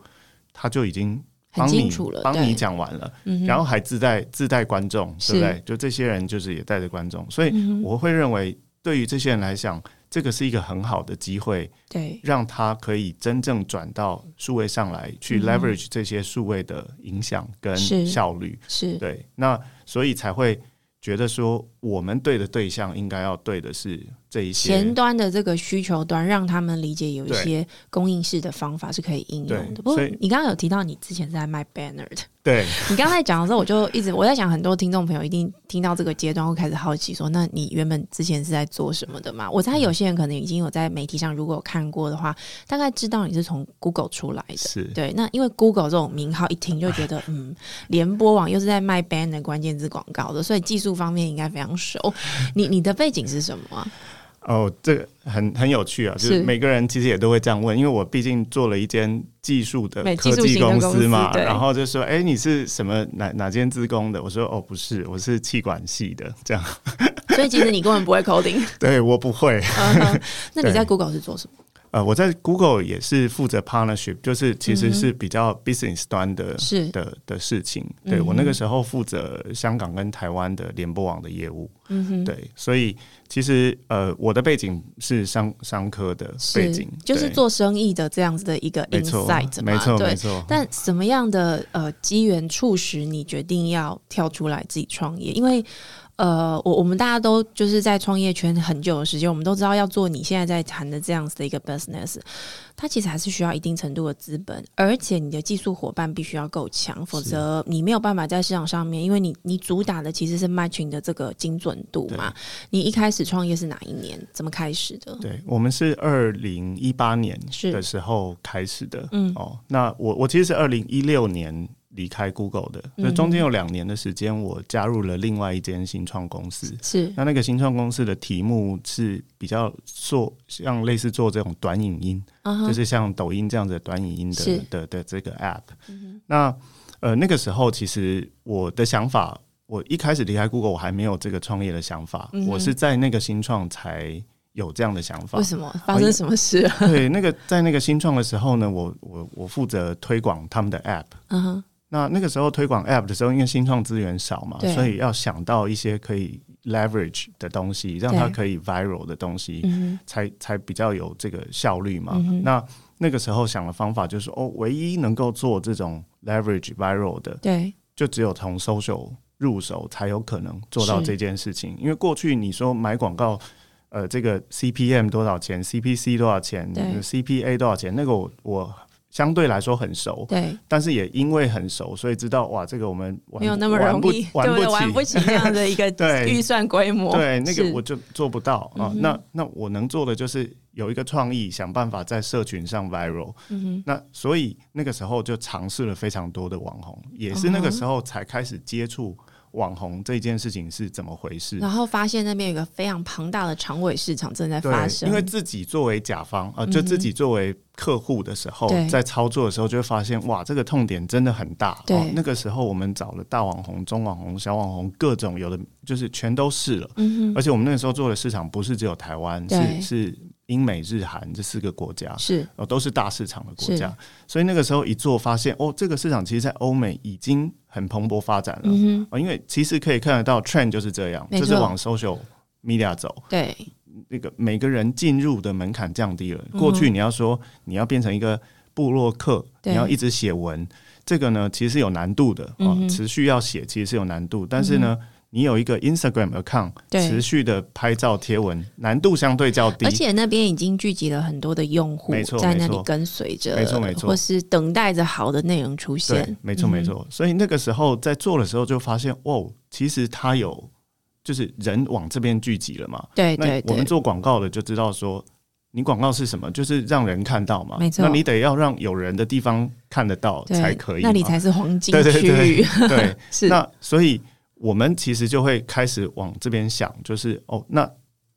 Speaker 2: 他就已经
Speaker 1: 很
Speaker 2: 帮
Speaker 1: 清
Speaker 2: 你
Speaker 1: 楚了，
Speaker 2: 帮
Speaker 1: 对
Speaker 2: 你，讲完了，
Speaker 1: 嗯哼
Speaker 2: 然后还自带自带观众，
Speaker 1: 是
Speaker 2: 对不对？就这些人就是也带着观众，所以
Speaker 1: 嗯哼
Speaker 2: 我会认为，对于这些人来讲，这个是一个很好的机会，
Speaker 1: 对
Speaker 2: 让他可以真正转到数位上来，去
Speaker 1: 嗯
Speaker 2: leverage 这些数位的影响跟
Speaker 1: 是
Speaker 2: 效率。
Speaker 1: 是，
Speaker 2: 对，那所以才会觉得说，我们对的对象应该要对的是这一些
Speaker 1: 前端的这个需求端，让他们理解有一
Speaker 2: 对
Speaker 1: 些供应式的方法是可以应用的。
Speaker 2: 对
Speaker 1: 不过
Speaker 2: 所以
Speaker 1: 你刚刚有提到你之前是在卖 banner 的，
Speaker 2: 对
Speaker 1: 你刚才讲的时候，我就一直我在想，很多听众朋友一定听到这个阶段会开始好奇说，那你原本之前是在做什么的嘛？我猜有些人可能已经有在媒体上如果有看过的话，大概知道你是从 Google 出来的。
Speaker 2: 是。
Speaker 1: 对，那因为 Google 这种名号一听就觉 得，嗯，联播网又是在卖 ban 的关键字广告的，所以技术方面应该非常熟。你你的背景是什么啊、
Speaker 2: 哦，这个很很有趣啊，就是
Speaker 1: 是
Speaker 2: 每个人其实也都会这样问，因为我毕竟做了一间技术的
Speaker 1: 美技
Speaker 2: 科
Speaker 1: 术
Speaker 2: 技
Speaker 1: 型的
Speaker 2: 公
Speaker 1: 公
Speaker 2: 司
Speaker 1: 司
Speaker 2: 嘛，
Speaker 1: 对
Speaker 2: 然后就说，哎、你是什么哪哪间自工的？我说，哦，不是，我是气管系的， 这样，
Speaker 1: 所以其实你根本不会 coding。
Speaker 2: 对我不会。
Speaker 1: 嗯哼那你
Speaker 2: 对
Speaker 1: 在 Google 是做什么？
Speaker 2: 呃，我在 Google 也是负责 partnership，就是其实是比较 business 端的、
Speaker 1: 嗯是
Speaker 2: 的的事情。
Speaker 1: 嗯
Speaker 2: 对、
Speaker 1: 哼
Speaker 2: 我那个时候负责香港跟台湾的联播网的业务，
Speaker 1: 嗯哼，
Speaker 2: 对，所以其实呃，我的背景是商商科的
Speaker 1: 是
Speaker 2: 背景，
Speaker 1: 就是
Speaker 2: 对。
Speaker 1: 做生意的这样子的一个
Speaker 2: 没错
Speaker 1: insight，，嘛
Speaker 2: 没错，
Speaker 1: 对
Speaker 2: 没错。
Speaker 1: 但什么样的呃机缘促使你决定要跳出来自己创业？因为呃，我我们大家都就是在创业圈很久的时间，我们都知道要做你现在在谈的这样子的一个 business，它其实还是需要一定程度的资本，而且你的技术伙伴必须要够强，否则你没有办法在市场上面，因为你你主打的其实是 matching 的这个精准度嘛。你一开始创业是哪一年？怎么开始的？
Speaker 2: 对，我们是二零一八年
Speaker 1: 是
Speaker 2: 的时候开始的。
Speaker 1: 嗯
Speaker 2: 哦，那我我其实是二零一六年离开 Google 的，
Speaker 1: 嗯
Speaker 2: 那、中间有两年的时间，我加入了另外一间新创公司。
Speaker 1: 是
Speaker 2: 那那个新创公司的题目是比较做像类似做这种短影音，
Speaker 1: 啊哈
Speaker 2: 就是像抖音这样子的短影音
Speaker 1: 是嗯
Speaker 2: 的的的这个 app。那呃那个时候，其实我的想法，我一开始离开 Google，我还没有这个创业的想法，
Speaker 1: 嗯哼
Speaker 2: 我是在那个新创才有这样的想法
Speaker 1: 为。什么发生什么事啊了？
Speaker 2: 对，那个在那个新创的时候呢，我我我负责推广他们的 app。
Speaker 1: 嗯哼，
Speaker 2: 那那个时候推广 App 的时候，因为新创资源少嘛
Speaker 1: 对，
Speaker 2: 所以要想到一些可以 leverage 的东西，让它可以 viral 的东西，
Speaker 1: 嗯
Speaker 2: 才才比较有这个效率嘛。
Speaker 1: 嗯哼
Speaker 2: 那那个时候想的方法就是，哦，唯一能够做这种 leverage viral 的
Speaker 1: 哼，，对，
Speaker 2: 就只有从 social 入手才有可能做到
Speaker 1: 是
Speaker 2: 这件事情。因为过去你说买广告，呃，这个 CPM 多少钱，CPC 多少钱
Speaker 1: 对
Speaker 2: ，CPA 多少钱，那个我我相对来说很熟，
Speaker 1: 对，
Speaker 2: 但是也因为很熟，所以知道哇，这个我们玩
Speaker 1: 没有那么容易，
Speaker 2: 玩
Speaker 1: 对
Speaker 2: 不
Speaker 1: 对？
Speaker 2: 玩
Speaker 1: 玩
Speaker 2: 不
Speaker 1: 不
Speaker 2: 起。
Speaker 1: 起这样的一个
Speaker 2: 对
Speaker 1: 预算规模，
Speaker 2: 对，那个
Speaker 1: 是嗯
Speaker 2: 我就做不到啊、那那我能做的就是有一个创意，想办法在社群上 viral、
Speaker 1: 嗯哼。
Speaker 2: 那所以那个时候就尝试了非常多的网红，也是那个时候才开始接触网红这件事情是怎么回事。
Speaker 1: 然后发现那边有一个非常庞大的长尾市场正在
Speaker 2: 对
Speaker 1: 发，生，嗯
Speaker 2: 因为自己作为甲方啊、呃就自己作为客户的时候，
Speaker 1: 对
Speaker 2: 在操作的时候就会发现，哇，这个痛点真的很大。哦
Speaker 1: 对
Speaker 2: 那个时候我们找了大网红、中网红、小网红，各种有的就是全都试了。
Speaker 1: 嗯
Speaker 2: 而且我们那个时候做的市场不是只有台湾，
Speaker 1: 对
Speaker 2: 是是英美日韩这四个国家
Speaker 1: 哼，，是
Speaker 2: 哦，都是大市场的国家。所以那个时候一做发现，哦，这个市场其实，在欧美已经很蓬勃发展了。
Speaker 1: 嗯哼，
Speaker 2: 哦，因为其实可以看得到，trend 就是这样，
Speaker 1: 没
Speaker 2: 就
Speaker 1: 错
Speaker 2: 是往 social media 走。
Speaker 1: 对，
Speaker 2: 那个每个人进入的门槛降低了。
Speaker 1: 嗯哼
Speaker 2: 过去你要说你要变成一个部落客，
Speaker 1: 对
Speaker 2: 你要一直写文，这个呢其实是有难度的啊、
Speaker 1: 嗯哼嗯
Speaker 2: 持续要写其实是有难度，但是呢。你有一个 Instagram account，
Speaker 1: 对
Speaker 2: 持续的拍照贴文，难度相对较低
Speaker 1: 而。且那边已经聚集了很多的用户
Speaker 2: 没错
Speaker 1: 在那
Speaker 2: 没
Speaker 1: 里
Speaker 2: 错
Speaker 1: 跟随着，
Speaker 2: 没错没错
Speaker 1: 或是等待着好的内容出
Speaker 2: 对
Speaker 1: 现，，嗯
Speaker 2: 没错没错。所以那个时候在做的时候就发现，哦，其实它有就是人往这边聚集了嘛。
Speaker 1: 对对
Speaker 2: 那我
Speaker 1: 对
Speaker 2: 们，做广告的就知道说，你广告是什么，就是让人看到嘛。
Speaker 1: 没错
Speaker 2: 那你得要让有人的地方看得到
Speaker 1: 对
Speaker 2: 才可以嘛。
Speaker 1: 那里才是黄金
Speaker 2: 对对
Speaker 1: 区
Speaker 2: 对
Speaker 1: 域，
Speaker 2: 对。
Speaker 1: 是
Speaker 2: 那所以我们其实就会开始往这边想，就是哦，那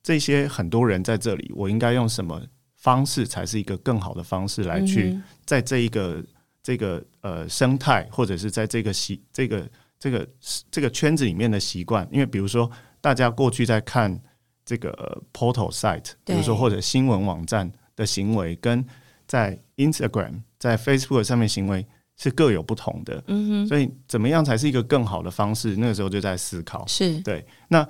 Speaker 2: 这些很多人在这里，我应该用什么方式才是一个更好的方式来去
Speaker 1: 嗯哼
Speaker 2: 在这一个这个呃生态，或者是在这个习这个这个这个圈子里面的习惯，因为比如说大家过去在看这个、呃 portal site，比
Speaker 1: 对
Speaker 2: 如说或者新闻网站的行为，跟在 Instagram、在 Facebook 上面行为是各有不同的。
Speaker 1: 嗯哼，
Speaker 2: 所以怎么样才是一个更好的方式？那个时候就在思考。
Speaker 1: 是
Speaker 2: 对，那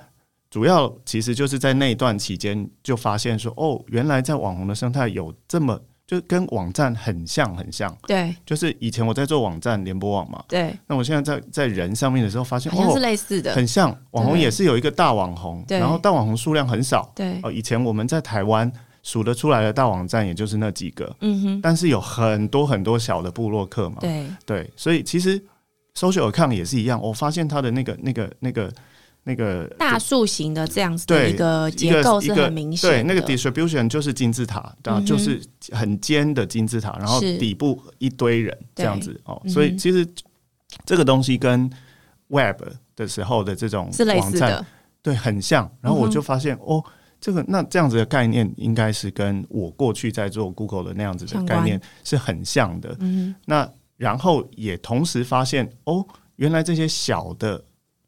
Speaker 2: 主要其实就是在那一段期间就发现说，哦，原来在网红的生态有这么，就跟网站很像很像。
Speaker 1: 对
Speaker 2: 就是以前我在做网站联播网嘛，
Speaker 1: 对，
Speaker 2: 那我现在在在人上面的时候发现，
Speaker 1: 好像是
Speaker 2: 哦，
Speaker 1: 类似的，
Speaker 2: 很像网红
Speaker 1: 对
Speaker 2: 也是有一个大网红，
Speaker 1: 对
Speaker 2: 然后大网红数量很少。
Speaker 1: 对，
Speaker 2: 哦，以前我们在台湾数得出来的大网站也就是那几个，
Speaker 1: 嗯哼，
Speaker 2: 但是有很多很多小的部落客嘛。
Speaker 1: 对
Speaker 2: 对，所以其实 social account 也是一样，我发现它的那个、那个、那个、那个
Speaker 1: 大树型的这样子的
Speaker 2: 对
Speaker 1: 一个呃结构是很明显的，
Speaker 2: 对，那个 distribution 就是金字塔，啊，
Speaker 1: 嗯哼
Speaker 2: 就是很尖的金字塔，然后
Speaker 1: 是
Speaker 2: 底部一堆人这样子哦，
Speaker 1: 嗯哼
Speaker 2: 所以其实这个东西跟 web 的时候的这种
Speaker 1: 是类
Speaker 2: 网
Speaker 1: 似
Speaker 2: 站
Speaker 1: 的，
Speaker 2: 对很像，然后我
Speaker 1: 嗯哼
Speaker 2: 就发现、哦。这个那这样子的概念，应该是跟我过去在做 Google 的那样子的
Speaker 1: 相关
Speaker 2: 概念是很像的。
Speaker 1: 嗯哼，
Speaker 2: 那然后也同时发现，哦，原来这些小的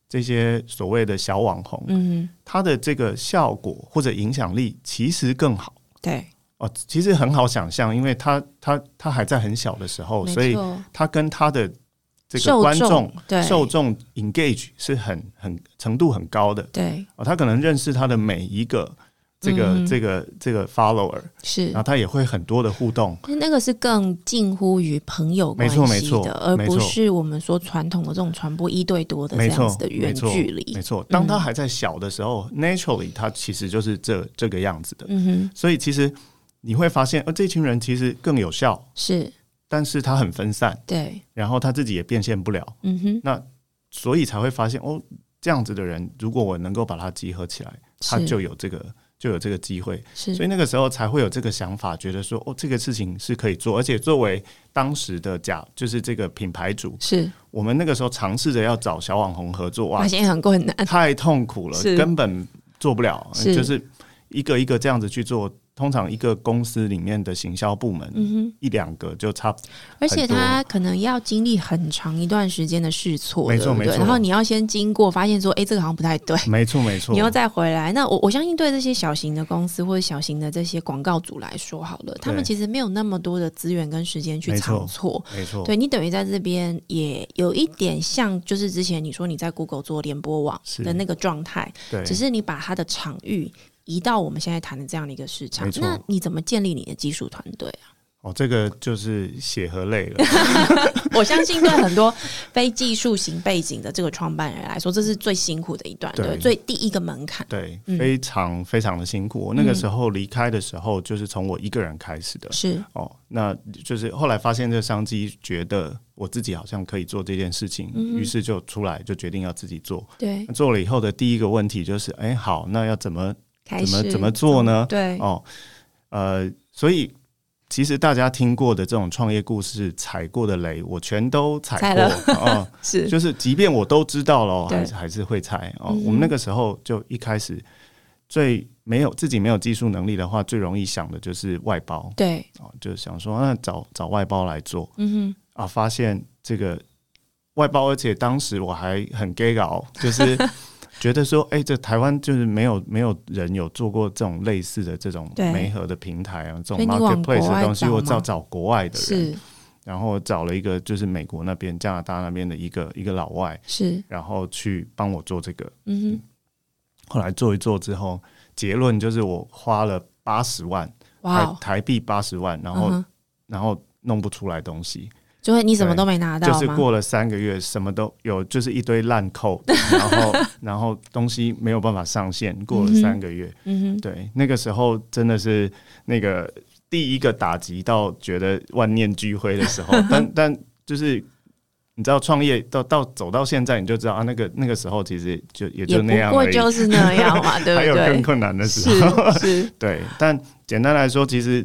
Speaker 2: 这些所谓的小网红，
Speaker 1: 嗯
Speaker 2: 它的这个效果或者影响力其实更好
Speaker 1: 哼，对，
Speaker 2: 哦，其实很好想象，因为它它它还在很小的时候，哦所
Speaker 1: 没
Speaker 2: 以
Speaker 1: 错，
Speaker 2: 它跟它的这个
Speaker 1: 受
Speaker 2: 观众
Speaker 1: 对
Speaker 2: 受众 engage 是很很程度很高的
Speaker 1: 对
Speaker 2: 哦，他可能认识他的每一个这个、
Speaker 1: 嗯
Speaker 2: 这个这个 follower，
Speaker 1: 是
Speaker 2: 然后他也会很多的互动。
Speaker 1: 那个是更近乎于朋友关系的，
Speaker 2: 没错没错
Speaker 1: 而
Speaker 2: 没
Speaker 1: 不
Speaker 2: 错
Speaker 1: 是我们说传统的这种传播一对多的这
Speaker 2: 没
Speaker 1: 样
Speaker 2: 错
Speaker 1: 子的，远
Speaker 2: 没错
Speaker 1: 距，离
Speaker 2: 没。错。当他还在小的时候、n a t u r a l l y 他其实就是这这个样子的。
Speaker 1: 嗯哼，
Speaker 2: 所以其实你会发现，呃，这群人其实更有效，
Speaker 1: 是
Speaker 2: 但是他很分散，
Speaker 1: 对，
Speaker 2: 然后他自己也变现不了，
Speaker 1: 嗯哼，
Speaker 2: 所以才会发现哦，这样子的人，如果我能够把它集合起来，他
Speaker 1: 是
Speaker 2: 就有这个就有这个机会。
Speaker 1: 是
Speaker 2: 所以那个时候才会有这个想法，觉得说哦，这个事情是可以做，而且作为当时的甲，就是这个品牌主，
Speaker 1: 是，
Speaker 2: 我们那个时候尝试着要找小网红合作，哇
Speaker 1: 发，现很困难，
Speaker 2: 太痛苦了
Speaker 1: 哎是，
Speaker 2: 根本做不了，
Speaker 1: 是
Speaker 2: 就是一个一个这样子去做。通常一个公司里面的行销部门，
Speaker 1: 嗯
Speaker 2: 一两个就差不多，
Speaker 1: 哼，而且他可能要经历很长一段时间的试错，
Speaker 2: 没错
Speaker 1: 对不对
Speaker 2: 没错
Speaker 1: 然后你要先经过，发现说，哎，这个好像不太对。
Speaker 2: 没错没错
Speaker 1: 你，又再回来，那我我相信对这些小型的公司或者小型的这些广告主来说，好了，他们
Speaker 2: 对
Speaker 1: 其实没有那么多的资源跟时间去
Speaker 2: 没错
Speaker 1: 尝错，
Speaker 2: 没错，
Speaker 1: 对你等于在这边也有一点像，就是之前你说你在 Google 做联播网
Speaker 2: 是
Speaker 1: 的那个状态，
Speaker 2: 对，
Speaker 1: 只是你把它的场域移到我们现在谈的这样的一个市场
Speaker 2: 没，错
Speaker 1: 那你怎么建立你的技术团队啊？
Speaker 2: 哦，这个就是血和泪了，
Speaker 1: 我相信对很多非技术型背景的这个创办人来说，这是最辛苦的一段，
Speaker 2: 对
Speaker 1: 对，最第一个门槛，
Speaker 2: 对，
Speaker 1: 嗯
Speaker 2: 非常非常的辛苦。我那个时候离开的时候，就是从我一个人开始的，
Speaker 1: 是
Speaker 2: 哦，那就是后来发现这个商机，觉得我自己好像可以做这件事情，
Speaker 1: 嗯
Speaker 2: 于、是就出来就决定要自己做。
Speaker 1: 对，
Speaker 2: 做了以后的第一个问题就是，哎、好，那要怎么
Speaker 1: 开
Speaker 2: 怎么
Speaker 1: 始
Speaker 2: 怎么做？呢？
Speaker 1: 对，
Speaker 2: 哦，呃，所以其实大家听过的这种创业故事，踩过的雷，我全都踩
Speaker 1: 踩
Speaker 2: 过。哦，
Speaker 1: 是
Speaker 2: 就是即便我都知道了，
Speaker 1: 对
Speaker 2: 还是还是会猜哦。
Speaker 1: 嗯哼
Speaker 2: 我们那个时候就一开始最没有自己没有技术能力的话，最容易想的就是外包
Speaker 1: 对，
Speaker 2: 哦，就想说那找找外包来做
Speaker 1: 嗯
Speaker 2: 啊，发现这个外包，而且当时我还很 gay 搞，就是觉得说，哎、这台湾就是没有没有人有做过这种类似的这种
Speaker 1: 对
Speaker 2: 媒合的平台啊，这
Speaker 1: 所以
Speaker 2: 种
Speaker 1: 你往国
Speaker 2: marketplace
Speaker 1: 外
Speaker 2: 的东西，
Speaker 1: 找
Speaker 2: 我
Speaker 1: 吗
Speaker 2: 找找国外
Speaker 1: 哼，
Speaker 2: 的人，
Speaker 1: 是
Speaker 2: 然后找了一个就是美国那边、加拿大那边的一个一个老外。
Speaker 1: 是，
Speaker 2: 然后去帮我做这个。
Speaker 1: 嗯
Speaker 2: 后来做一做之后，结论就是我花了八十万
Speaker 1: 哼，哇
Speaker 2: 台
Speaker 1: 哦，
Speaker 2: 台币八十万，然
Speaker 1: 嗯
Speaker 2: 后、
Speaker 1: 哼
Speaker 2: 然后弄不出来东西，
Speaker 1: 就会你什么都没拿到
Speaker 2: 就
Speaker 1: 吗？
Speaker 2: 是过了三个月，什么都有，就是一堆烂扣， 然后然后东西没有办法上线，过了三个月，
Speaker 1: 嗯哼，
Speaker 2: 对，那个时候真的是那个第一个打击到觉得万念俱灰的 时候，但但就是你知道创业到到走到现在，你就知道啊，那个那个时候其实就也
Speaker 1: 也
Speaker 2: 就那样
Speaker 1: 不过
Speaker 2: 而已，
Speaker 1: 就是那样 嘛，对
Speaker 2: 还有
Speaker 1: 不
Speaker 2: 更
Speaker 1: 对？
Speaker 2: 困难的时
Speaker 1: 是
Speaker 2: 候，
Speaker 1: 是，
Speaker 2: 对。但简单来说，其实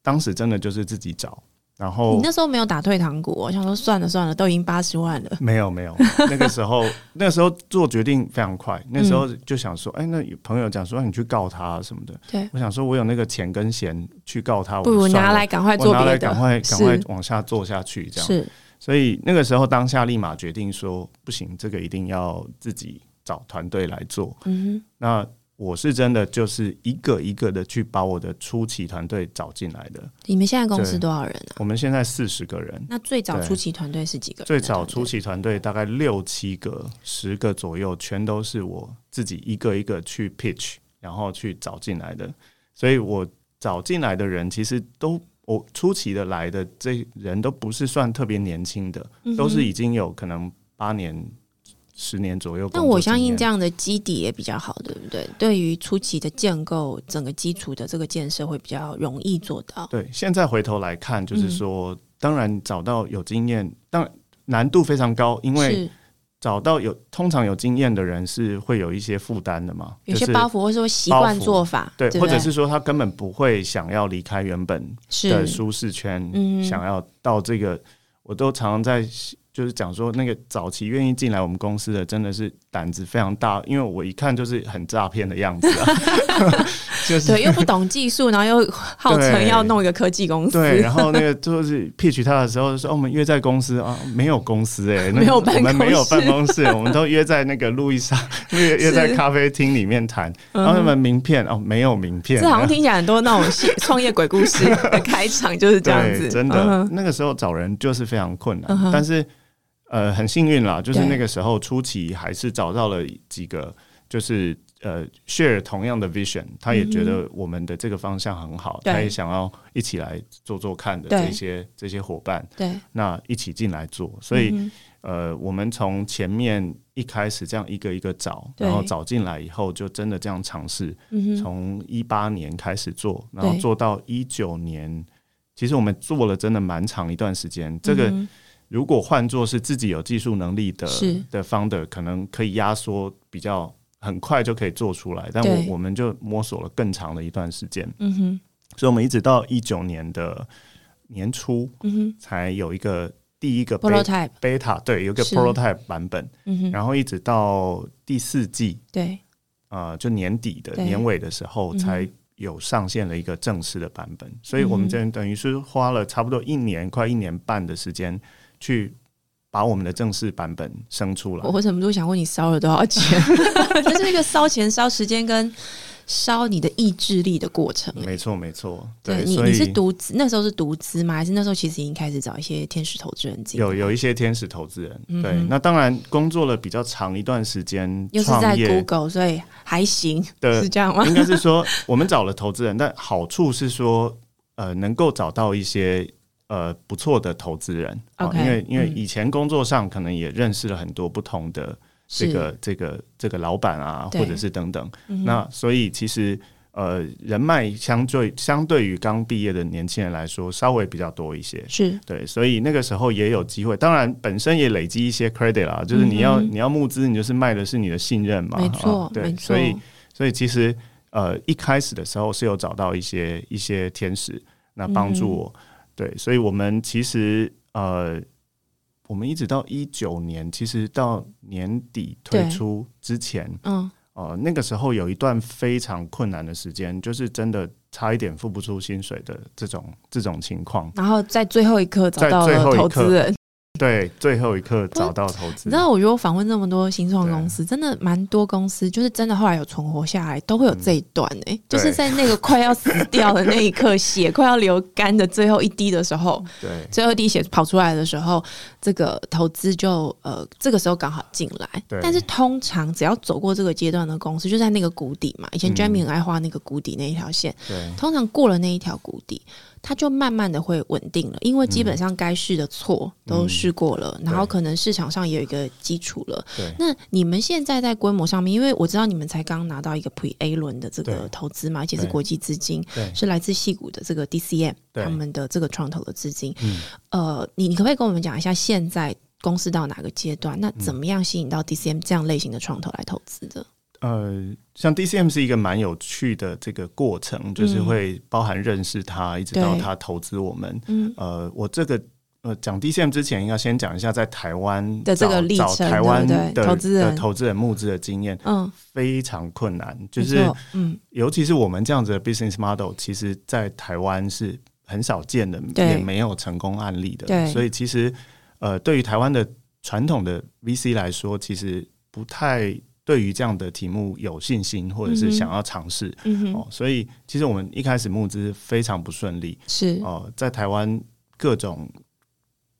Speaker 2: 当时真的就是自己找，然
Speaker 1: 你
Speaker 2: 后
Speaker 1: 那时候没有打退堂鼓哦，我想说算了算了，都已经八十万了，
Speaker 2: 没有没有，那个时候那时候做决定非常快，那时候
Speaker 1: 嗯
Speaker 2: 就想说，哎、那有朋友讲说、啊你去告他什么的，
Speaker 1: 对，
Speaker 2: 我想说我有那个钱跟闲去告他，
Speaker 1: 不
Speaker 2: 我
Speaker 1: 如
Speaker 2: 算
Speaker 1: 拿
Speaker 2: 了
Speaker 1: 来赶快
Speaker 2: 我
Speaker 1: 做
Speaker 2: 拿来
Speaker 1: 别的，
Speaker 2: 赶快赶快
Speaker 1: 是
Speaker 2: 往下做下去，这样。
Speaker 1: 是
Speaker 2: 所以那个时候当下立马决定说，不行，这个一定要自己找团队来做。
Speaker 1: 嗯
Speaker 2: 那我是真的就是一个一个的去把我的初期团队找进来的
Speaker 1: 哼。，你们现在公司
Speaker 2: 对
Speaker 1: 多少人啊？
Speaker 2: 我们现在四十个人，
Speaker 1: 那最早
Speaker 2: 对
Speaker 1: 初期团队是几个人？啊
Speaker 2: 最早初，期团队大概六七个、十个左右，全都是我自己一个一个去 pitch，然后去找进来的。所以我找进来的人其实都。我初期的来的这人都不是算特别年轻的，
Speaker 1: 嗯
Speaker 2: 都是已经有可能八年、十年左右。
Speaker 1: 但我相信这，样的基底也比较好，对不对？对于初期的建构，整个基础的这个建设会比较容易做到。
Speaker 2: 对，现在回头来看，就是
Speaker 1: 嗯
Speaker 2: 说，当然找到有经验，当然难度非常高，因为
Speaker 1: 是
Speaker 2: 找到有通常有经验的人是会有一些负担的嘛，
Speaker 1: 有
Speaker 2: 就
Speaker 1: 些
Speaker 2: 是
Speaker 1: 包袱，或是会习惯
Speaker 2: 包袱
Speaker 1: 做法，
Speaker 2: 对，
Speaker 1: 不
Speaker 2: 或者是说他根本不会想要离开原本
Speaker 1: 是
Speaker 2: 的舒适圈，
Speaker 1: 嗯
Speaker 2: 想要到这个，我都常常在就是讲说，那个早期愿意进来我们公司的，真的是胆子非常大，因为我一看就是很诈骗的样子 啊，就是
Speaker 1: 对，又不懂技术，然后又号称要弄一个科技公司，
Speaker 2: 对，然后那个就是 pitch 他的时候就说、哦我们约在公司啊，没有公司哎、欸，那
Speaker 1: 没有
Speaker 2: 个我
Speaker 1: 办
Speaker 2: 们没
Speaker 1: 公
Speaker 2: 有
Speaker 1: 室
Speaker 2: 办公室，我们都约在那个路易莎，约约在
Speaker 1: 是嗯
Speaker 2: 咖啡厅里面谈，然后他们名片哦没有名片，
Speaker 1: 这好像听起来很多那种戏创业鬼故 事的开场就是 这样
Speaker 2: 对，
Speaker 1: 子，
Speaker 2: 真的、
Speaker 1: 嗯哼
Speaker 2: 那个时候找人就是非常困难，
Speaker 1: 嗯哼
Speaker 2: 但是呃很幸运啦，就是
Speaker 1: 对
Speaker 2: 那个时候初期还是找到了几个就是呃 share 同样的 vision，他也觉得我们的这个方向很好，
Speaker 1: 嗯对
Speaker 2: 他也想要一起来做做看的
Speaker 1: 对
Speaker 2: 这些这些伙伴，
Speaker 1: 对，
Speaker 2: 那一起进来做。所以、
Speaker 1: 嗯
Speaker 2: 呃，我们从前面一开始这样一个一个找，
Speaker 1: 对
Speaker 2: 然后找进来以后，就真的这样尝试，
Speaker 1: 嗯哼，
Speaker 2: 从一八年开始做，然后
Speaker 1: 对
Speaker 2: 做到一九年。其实我们做了真的蛮长一段时间，这个
Speaker 1: 嗯哼
Speaker 2: 如果换作是自己有技术能力的
Speaker 1: 是
Speaker 2: 的 founder，可能可以压缩比较很快就可以做出来，但
Speaker 1: 对
Speaker 2: 我我们就摸索了更长的一段时间，
Speaker 1: 嗯哼，
Speaker 2: 所以我们一直到一九年的年初
Speaker 1: 嗯哼
Speaker 2: 才有一个第一个 beta
Speaker 1: ，prototype，
Speaker 2: beta，对，有一个
Speaker 1: 是
Speaker 2: prototype 版本，
Speaker 1: 嗯哼，
Speaker 2: 然后一直到第四季，
Speaker 1: 对，
Speaker 2: 呃，就年底的
Speaker 1: 对
Speaker 2: 年尾的时候
Speaker 1: 嗯哼
Speaker 2: 才有上线了一个正式的版本，所以我们
Speaker 1: 嗯哼
Speaker 2: 这等于是花了差不多一年快一年半的时间去把我们的正式版本生出来
Speaker 1: 我。我忍不住想问你烧了多少 钱？这是一个烧钱、烧时间跟烧你的意志力的过程。
Speaker 2: 没错，没错，
Speaker 1: 对你，
Speaker 2: 所
Speaker 1: 你是
Speaker 2: 以
Speaker 1: 独资那时候是独资吗？还是那时候其实已经开始找一些天使投资人进来？
Speaker 2: 有有一些天使投资人，
Speaker 1: 嗯哼
Speaker 2: 对，那当然工作了比较长一段时间，
Speaker 1: 又是
Speaker 2: 创
Speaker 1: 在
Speaker 2: 业
Speaker 1: Google，所以还行，
Speaker 2: 的
Speaker 1: 是这 样吗？
Speaker 2: 应该是说，我们找了投资人，但好处是说，呃，能够找到一些呃不错的投资人啊
Speaker 1: OK，
Speaker 2: 因为因为
Speaker 1: 嗯
Speaker 2: 以前工作上可能也认识了很多不同的这
Speaker 1: 是
Speaker 2: 个这个这个老板啊，
Speaker 1: 对
Speaker 2: 或者是等等，
Speaker 1: 嗯哼
Speaker 2: 那所以其实。呃，人脉相对相对于刚毕业的年轻人来说，稍微比较多一些。
Speaker 1: 是
Speaker 2: 对，所以那个时候也有机会，当然本身也累积一些 credit 啦，就是你要、
Speaker 1: 嗯哼
Speaker 2: 你要募资，你就是卖的是你的信任嘛，
Speaker 1: 没
Speaker 2: 啊
Speaker 1: 错，
Speaker 2: 对
Speaker 1: 没，错
Speaker 2: 所，以所以其实呃一开始的时候是有找到一些一些天使，那帮
Speaker 1: 嗯
Speaker 2: 助我，对，所以我们其实呃我们一直到一九年，其实到年底推
Speaker 1: 对
Speaker 2: 出之前，
Speaker 1: 嗯，
Speaker 2: 呃那个时候有一段非常困难的时间，就是真的差一点付不出薪水的这种这种情况。
Speaker 1: 然后在最后一刻找
Speaker 2: 在
Speaker 1: 到
Speaker 2: 最
Speaker 1: 了
Speaker 2: 后一
Speaker 1: 投
Speaker 2: 刻
Speaker 1: 资人。
Speaker 2: 对，最后一刻找到投资
Speaker 1: 你知，道，我觉得我访问那么多新创公司，真的蛮多公司，就是真的后来有存活下来，都会有这一段哎、
Speaker 2: 嗯
Speaker 1: 就是在那个快要死掉的那一刻，血快要流干的最后一滴的时 候，
Speaker 2: 对
Speaker 1: 最后一滴血跑出来的时候，这个投资就呃这个时候刚好进来
Speaker 2: 对。
Speaker 1: 但是通常只要走过这个阶段的公司，就在那个谷底嘛。以前
Speaker 2: 嗯
Speaker 1: Jamie 很爱画那个谷底那一条线，
Speaker 2: 对
Speaker 1: 通常过了那一条谷底，它就慢慢的会稳定了，因为基本上该试的错都试过了，然后
Speaker 2: 对
Speaker 1: 可能市场上也有一个基础了。
Speaker 2: 嗯对
Speaker 1: 那你们现在在规模上面，因为我知道你们才刚拿到一个 Pre A 轮的这
Speaker 2: 对
Speaker 1: 个投资嘛，而且是
Speaker 2: 对
Speaker 1: 国际资金，
Speaker 2: 对，
Speaker 1: 是来自戏谷的这个 DCM
Speaker 2: 对
Speaker 1: 他们的这个创投的资金。
Speaker 2: 嗯
Speaker 1: 呃，你你可不可以跟我们讲一下现在？公司到哪个阶
Speaker 2: 嗯
Speaker 1: 段？那怎么样吸引到 DCM 这样类型的创投来投资的？
Speaker 2: 呃，像 DCM 是一个蛮有趣的这个过程，就是会包含认识他，一直
Speaker 1: 嗯
Speaker 2: 到
Speaker 1: 对
Speaker 2: 他投资我们。
Speaker 1: 嗯，
Speaker 2: 呃，我这个呃讲 DCM 之前，应该先讲一下在台湾
Speaker 1: 的这
Speaker 2: 找
Speaker 1: 个历
Speaker 2: 找
Speaker 1: 程
Speaker 2: 台湾
Speaker 1: 对不对
Speaker 2: 的
Speaker 1: 投资人
Speaker 2: 的投资人募资的经验
Speaker 1: 嗯，
Speaker 2: 非常困难，就
Speaker 1: 没
Speaker 2: 是
Speaker 1: 错嗯，
Speaker 2: 尤其是我们这样子的 business model，其实在台湾是很少见的，
Speaker 1: 对
Speaker 2: 也没有成功案例的。
Speaker 1: 对
Speaker 2: 所以其实呃，对于台湾的传统的 VC 来说，其实不太对于这样的题目有信心，或者
Speaker 1: 嗯
Speaker 2: 是
Speaker 1: 哼
Speaker 2: 想要尝试、
Speaker 1: 嗯哼，
Speaker 2: 哦。所以其实我们一开始募资非常不顺利
Speaker 1: 是，
Speaker 2: 哦、在台湾各种。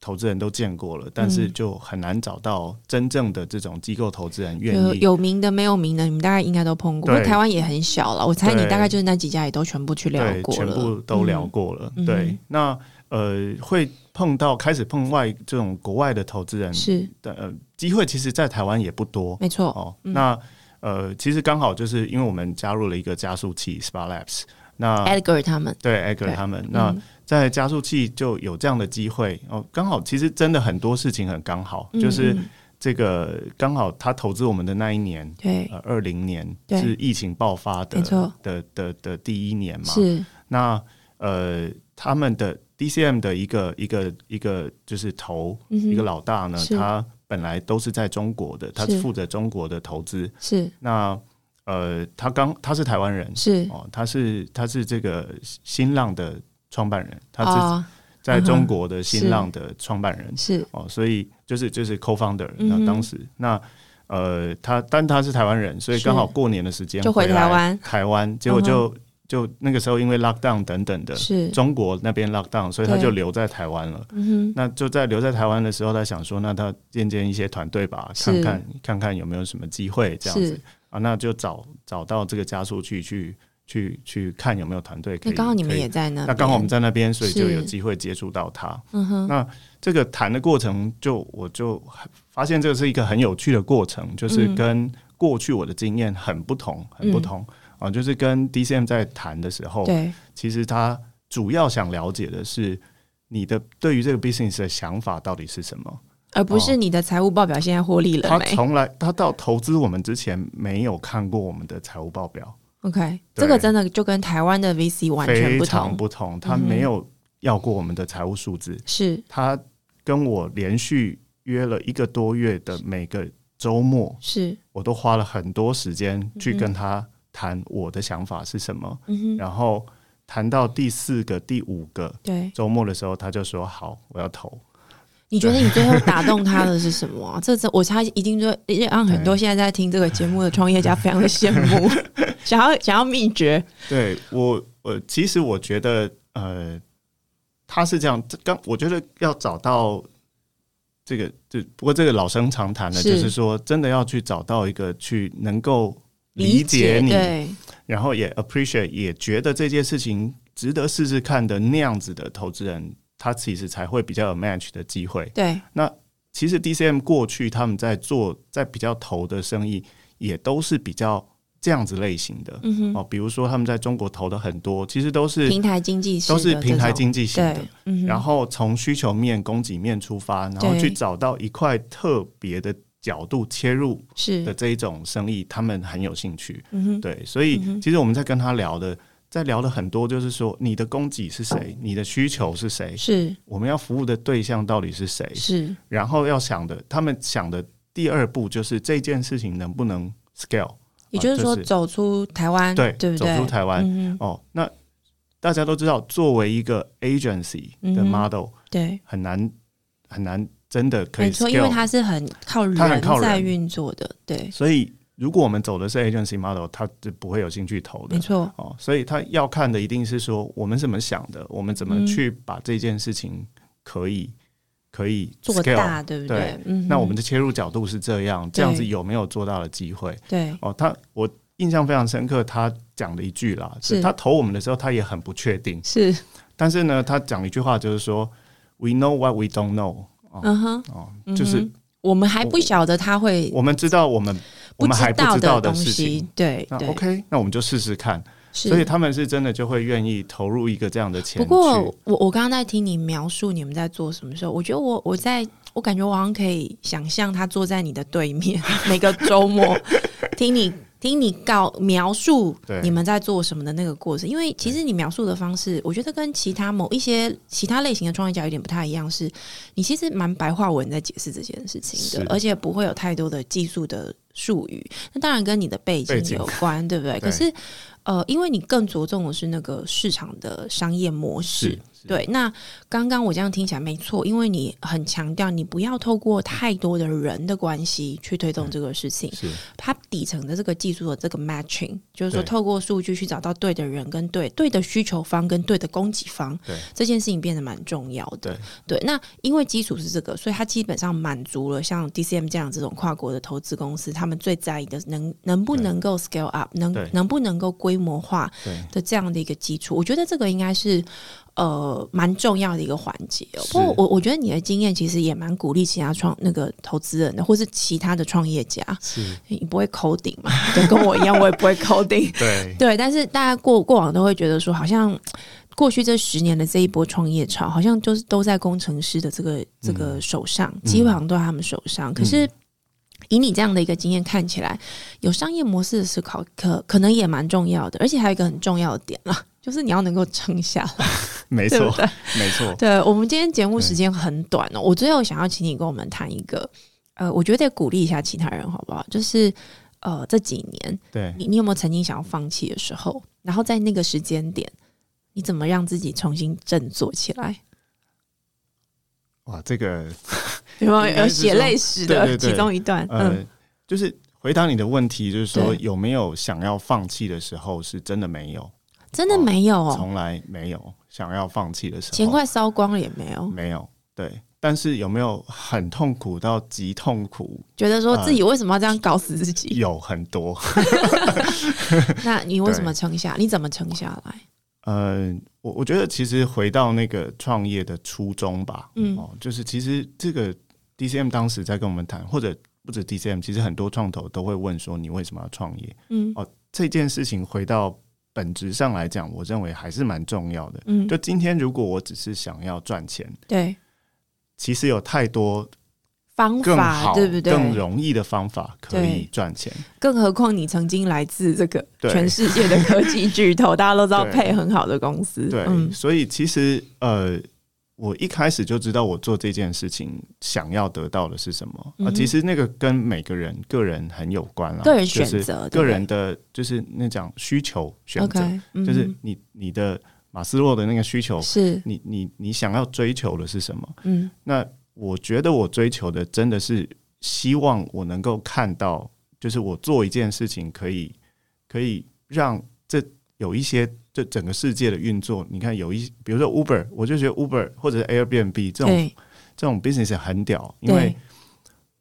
Speaker 2: 投资人都见过了，但是
Speaker 1: 嗯
Speaker 2: 就很难找到真正的这种机构投资人愿
Speaker 1: 就
Speaker 2: 意
Speaker 1: 有名的没有名的，你们大概应该都碰过。
Speaker 2: 对
Speaker 1: 因为台湾也很小了，我猜你
Speaker 2: 对
Speaker 1: 大概就是那几家也都全部去聊
Speaker 2: 对，
Speaker 1: 过
Speaker 2: 全
Speaker 1: 了，
Speaker 2: 部都聊过了。
Speaker 1: 嗯
Speaker 2: 对
Speaker 1: 嗯，
Speaker 2: 那呃，会碰到开始碰外这种国外的投资人
Speaker 1: 嗯。是
Speaker 2: 的呃机会，其实在台湾也不多
Speaker 1: 没嗯错。
Speaker 2: 哦。那呃，其实刚好就是因为我们加入了一个加速器 Spa Labs，那
Speaker 1: Edgar 他们，
Speaker 2: 对 a g r
Speaker 1: 对
Speaker 2: 他们，那
Speaker 1: 嗯
Speaker 2: 在加速器就有这样的机会哦。刚好，其实真的很多事情很刚好，
Speaker 1: 嗯
Speaker 2: 就是
Speaker 1: 嗯
Speaker 2: 这个刚好他投资我们的那一年，
Speaker 1: 对，
Speaker 2: 呃，二零年
Speaker 1: 对
Speaker 2: 是疫情爆发的
Speaker 1: 没错
Speaker 2: 的的的第一年嘛，
Speaker 1: 是
Speaker 2: 那呃，他们的 DCM 的一个一个一个就是头、
Speaker 1: 嗯哼
Speaker 2: 一个老大呢，
Speaker 1: 是
Speaker 2: 他本来都是在中国的，他
Speaker 1: 是
Speaker 2: 负责中国的投资。
Speaker 1: 是
Speaker 2: 那呃，他刚他是台湾人
Speaker 1: 是
Speaker 2: 哦，他是他是这个新浪的创办人，他是
Speaker 1: 啊，
Speaker 2: 在
Speaker 1: 嗯哼
Speaker 2: 中国的新
Speaker 1: 是
Speaker 2: 浪的创办人
Speaker 1: 是
Speaker 2: 哦，所以就是就是 co-founder，
Speaker 1: 嗯
Speaker 2: 那
Speaker 1: 哼
Speaker 2: 当时、那呃，他但他是台湾人，所以
Speaker 1: 是
Speaker 2: 刚好过年的时间
Speaker 1: 就回
Speaker 2: 回
Speaker 1: 台
Speaker 2: 来
Speaker 1: 湾嗯
Speaker 2: 台湾，结果就、就那个时候因为 lockdown 等等的，
Speaker 1: 是，
Speaker 2: 中国那边 lockdown，所以他
Speaker 1: 对
Speaker 2: 就留在台湾了。
Speaker 1: 嗯哼，
Speaker 2: 那就在留在台湾的时候，他想说，那他见见一些团队吧，
Speaker 1: 是
Speaker 2: 看看看看有没有什么机会这样子
Speaker 1: 是。
Speaker 2: 啊，那就找找到这个加速器去去去看有没有团队可以。
Speaker 1: 那刚好你们
Speaker 2: 可以
Speaker 1: 也在那边，
Speaker 2: 那刚好我们在那边，所以就是有机会接触到他。
Speaker 1: 嗯哼，
Speaker 2: 那这个谈的过程就，我就发现这是一个很有趣的过程，就是
Speaker 1: 嗯
Speaker 2: 跟过去我的经验很不同，很不
Speaker 1: 嗯
Speaker 2: 同、啊。就是跟 DCM 在谈的时候，
Speaker 1: 对，
Speaker 2: 其实他主要想了解的是你的对于这个 business 的想法到底是什么。
Speaker 1: 而不是你的财务报表现在获利了
Speaker 2: 哦他
Speaker 1: 没
Speaker 2: 从来他到投资我们之前没有看过我们的财务报表，
Speaker 1: ？OK，
Speaker 2: 对
Speaker 1: 这个真的就跟台湾的 VC 完全
Speaker 2: 非
Speaker 1: 不
Speaker 2: 常
Speaker 1: 同，
Speaker 2: 不同。
Speaker 1: 嗯
Speaker 2: 他
Speaker 1: 哼
Speaker 2: 没有要过我们的财务数字，
Speaker 1: 是
Speaker 2: 他跟我连续约了一个多月的每个周末，
Speaker 1: 是，
Speaker 2: 我都花了很多时间去
Speaker 1: 嗯
Speaker 2: 跟他谈我的想法是什么。
Speaker 1: 嗯哼，
Speaker 2: 然后谈到第四个、第五个
Speaker 1: 对。
Speaker 2: 周末的时候，他就说：“好，我要投。
Speaker 1: 你觉得你最后打动他的是什么啊、这这，我猜一定就让很多现在在听这个节目的创业家非常的羡 慕，想要想要秘诀。
Speaker 2: 对”我，我其实我觉得，呃，他是这样。这刚我觉得要找到这个，就不过这个老生常谈了，
Speaker 1: 是
Speaker 2: 就是说，真的要去找到一个去能够理解你，
Speaker 1: 对，
Speaker 2: 然后也 appreciate 也觉得这件事情值得试试看的那样子的投资人，他其实才会比较有 match 的机会。
Speaker 1: 对，
Speaker 2: 其实 DCM 过去他们在做在比较投的生意，也都是比较这样子类型的、
Speaker 1: 嗯哼，
Speaker 2: 哦，比如说他们在中国投的很多，其实都是
Speaker 1: 平台经济式
Speaker 2: 都
Speaker 1: 的
Speaker 2: 是
Speaker 1: 这
Speaker 2: 平台
Speaker 1: 种
Speaker 2: 经济型的
Speaker 1: 对。，嗯哼，
Speaker 2: 然后从需求面、供给面出发，然后
Speaker 1: 对
Speaker 2: 去找到一块特别的角度切入的
Speaker 1: 是，
Speaker 2: 这一种生意，他们很有兴趣。
Speaker 1: 嗯哼，
Speaker 2: 对，所以
Speaker 1: 嗯哼
Speaker 2: 其实我们在跟他聊的，在聊的很多就是说，你的供给是谁，你的需求是谁，
Speaker 1: 是
Speaker 2: 我们要服务的对象到底是谁，
Speaker 1: 是，
Speaker 2: 然后要想的，他们想的第二步就是这件事情能不能 scale，
Speaker 1: 也就是说
Speaker 2: 啊就是
Speaker 1: 走出台湾，
Speaker 2: 对，
Speaker 1: 对不
Speaker 2: 走
Speaker 1: 对？
Speaker 2: 出台湾。
Speaker 1: 嗯哼，
Speaker 2: 哦，那大家都知道，作为一个 agency 的
Speaker 1: 嗯哼
Speaker 2: model、
Speaker 1: 对，
Speaker 2: 很难很难真的可以
Speaker 1: 没错，因为
Speaker 2: scale，
Speaker 1: 它是很靠人
Speaker 2: 它很靠
Speaker 1: 在
Speaker 2: 人
Speaker 1: 运作的，对，
Speaker 2: 所以如果我们走的是 agency model，他就不会有兴趣投的
Speaker 1: 没。错，
Speaker 2: 哦，所以他要看的一定是说我们怎么想的，我们怎么
Speaker 1: 嗯
Speaker 2: 去把这件事情可以可以
Speaker 1: 做
Speaker 2: scale
Speaker 1: 大，对不对
Speaker 2: 对？
Speaker 1: 嗯哼，
Speaker 2: 那我们的切入角度是这样，这样子有没有做到的机会？
Speaker 1: 对
Speaker 2: 哦，他我印象非常深刻，他讲的一句啦，
Speaker 1: 是
Speaker 2: 是他投我们的时候他也很不确定，
Speaker 1: 是，
Speaker 2: 但是呢，他讲了一句话就是说，We know what we don't know，
Speaker 1: 嗯哼，
Speaker 2: 哦，
Speaker 1: 嗯
Speaker 2: 就是
Speaker 1: 哼我们还不晓得他会
Speaker 2: 我们知道我们我们还不
Speaker 1: 道
Speaker 2: 知道
Speaker 1: 东
Speaker 2: 的事
Speaker 1: 西
Speaker 2: 情。，
Speaker 1: 对
Speaker 2: 那
Speaker 1: 对
Speaker 2: OK，那我们就试试看。
Speaker 1: 是。
Speaker 2: 所以他们是真的就会愿意投入一个这样的
Speaker 1: 不
Speaker 2: 钱去。
Speaker 1: 过我我刚刚在听你描述你们在做什么时候，我觉得我我在我感觉我好像可以想象他坐在你的对面， 每个周末听你听你告描述
Speaker 2: 对
Speaker 1: 你们在做什么的那个过程，因为其实你描述的方式，我觉得跟其他某一些其他类型的创业家有点不太一样，是你其实蛮白话文在解释这件事情的，
Speaker 2: 是
Speaker 1: 而且不会有太多的技术的术语，那当然跟你的背景
Speaker 2: 背景
Speaker 1: 有关，对不对？
Speaker 2: 对
Speaker 1: 可是呃，因为你更着重的是那个市场的商业模式
Speaker 2: 是。
Speaker 1: 对，那刚刚我这样听起来没错，因为你很强调你不要透过太多的人的关系去推
Speaker 2: 嗯
Speaker 1: 动这个事情，
Speaker 2: 是
Speaker 1: 它底层的这个技术的这个 matching，就是说
Speaker 2: 对
Speaker 1: 透过数据去找到对的人跟对对的需求方跟对的供给方
Speaker 2: 对，
Speaker 1: 这件事情变得蛮重要的。对，那因为基础是这个，所以它基本上满足了像 DCM 这样这种跨国的投资公司，他们最在意的能能不
Speaker 2: 对
Speaker 1: 能够 scale up，能
Speaker 2: 对
Speaker 1: 能不能够规模化
Speaker 2: 对
Speaker 1: 的这样的一个基础。我觉得这个应该是呃蛮重要的一个环节哦、
Speaker 2: 是
Speaker 1: 不过我我觉得你的经验其实也蛮鼓励其他创那个投资人的，或是其他的创业家。
Speaker 2: 是，
Speaker 1: 你不会 coding 嘛？ 就跟我一样，我也不会 coding。
Speaker 2: 对
Speaker 1: 对，但是大家过过往都会觉得说，好像过去这十年的这一波创业潮，好像就是都在工程师的这个这个手上，机会好像都在他们手上。可是以你这样的一个经验看起来，有商业模式的思考可，可能也蛮重要的。而且还有一个很重要的点啦， 就是你要能够撑下来，
Speaker 2: 没
Speaker 1: 对不
Speaker 2: 错
Speaker 1: 对？
Speaker 2: 没错，
Speaker 1: 对我们今天节目时间很短哦，我最后想要请你跟我们谈一个，呃，我觉得鼓励一下其他人好不好？就是呃，这几年
Speaker 2: 对
Speaker 1: 你你有没有曾经想要放弃的时候？然后在那个时间点，你怎么让自己重新振作起来？
Speaker 2: 哇，这个
Speaker 1: 有没
Speaker 2: 应
Speaker 1: 有
Speaker 2: 该
Speaker 1: 有
Speaker 2: 是说
Speaker 1: 血泪史的
Speaker 2: 对对对
Speaker 1: 其中一段？嗯
Speaker 2: 呃，就是回答你的问题，就是说
Speaker 1: 对
Speaker 2: 有没有想要放弃的时候，是真的没有，
Speaker 1: 嗯，真的没有哦，
Speaker 2: 从来没有想要放弃的时
Speaker 1: 钱
Speaker 2: 候，嗯
Speaker 1: 快烧光了也没有。
Speaker 2: 没有。对，但是有没有很痛苦到极痛苦？
Speaker 1: 觉得说
Speaker 2: 呃
Speaker 1: 自己为什么要这样搞死自己？
Speaker 2: 有很多。
Speaker 1: 那你为什么撑下？你怎么撑下来？
Speaker 2: 呃，我我觉得其实回到那个创业的初衷吧，
Speaker 1: 嗯
Speaker 2: 哦，就是其实这个 DCM 当时在跟我们谈，或者不止 DCM，其实很多创投都会问说你为什么要创业？哦
Speaker 1: 嗯
Speaker 2: 这件事情回到本质上来讲，我认为还是蛮重要的。
Speaker 1: 嗯，
Speaker 2: 就今天如果我只是想要赚钱，
Speaker 1: 对，
Speaker 2: 其实有太多
Speaker 1: 方
Speaker 2: 更
Speaker 1: 法
Speaker 2: 好、
Speaker 1: 对不对？
Speaker 2: 更容易的方法可以
Speaker 1: 对
Speaker 2: 赚钱。
Speaker 1: 更何况你曾经来自这个
Speaker 2: 对
Speaker 1: 全世界的科技巨头，大家都知道
Speaker 2: 对
Speaker 1: 配很好的公司。
Speaker 2: 对，
Speaker 1: 嗯
Speaker 2: 所以其实呃，我一开始就知道我做这件事情想要得到的是什么。
Speaker 1: 嗯
Speaker 2: 啊，
Speaker 1: 哼
Speaker 2: 其实那个跟每个人个人很有关了，
Speaker 1: 个人选择
Speaker 2: 啊就是
Speaker 1: 对不对
Speaker 2: 个人的就是那讲需求选择
Speaker 1: ，OK，嗯
Speaker 2: 就是你你的马斯洛的那个需求，
Speaker 1: 是
Speaker 2: 你你你想要追求的是什么？
Speaker 1: 嗯
Speaker 2: 那我觉得我追求的真的是希望我能够看到，就是我做一件事情可以可以让这有一些这整个世界的运作，你看有一比如说 Uber，我就觉得 Uber 或者是 Airbnb 这种
Speaker 1: 对
Speaker 2: 这种 business 很屌，因为
Speaker 1: 对，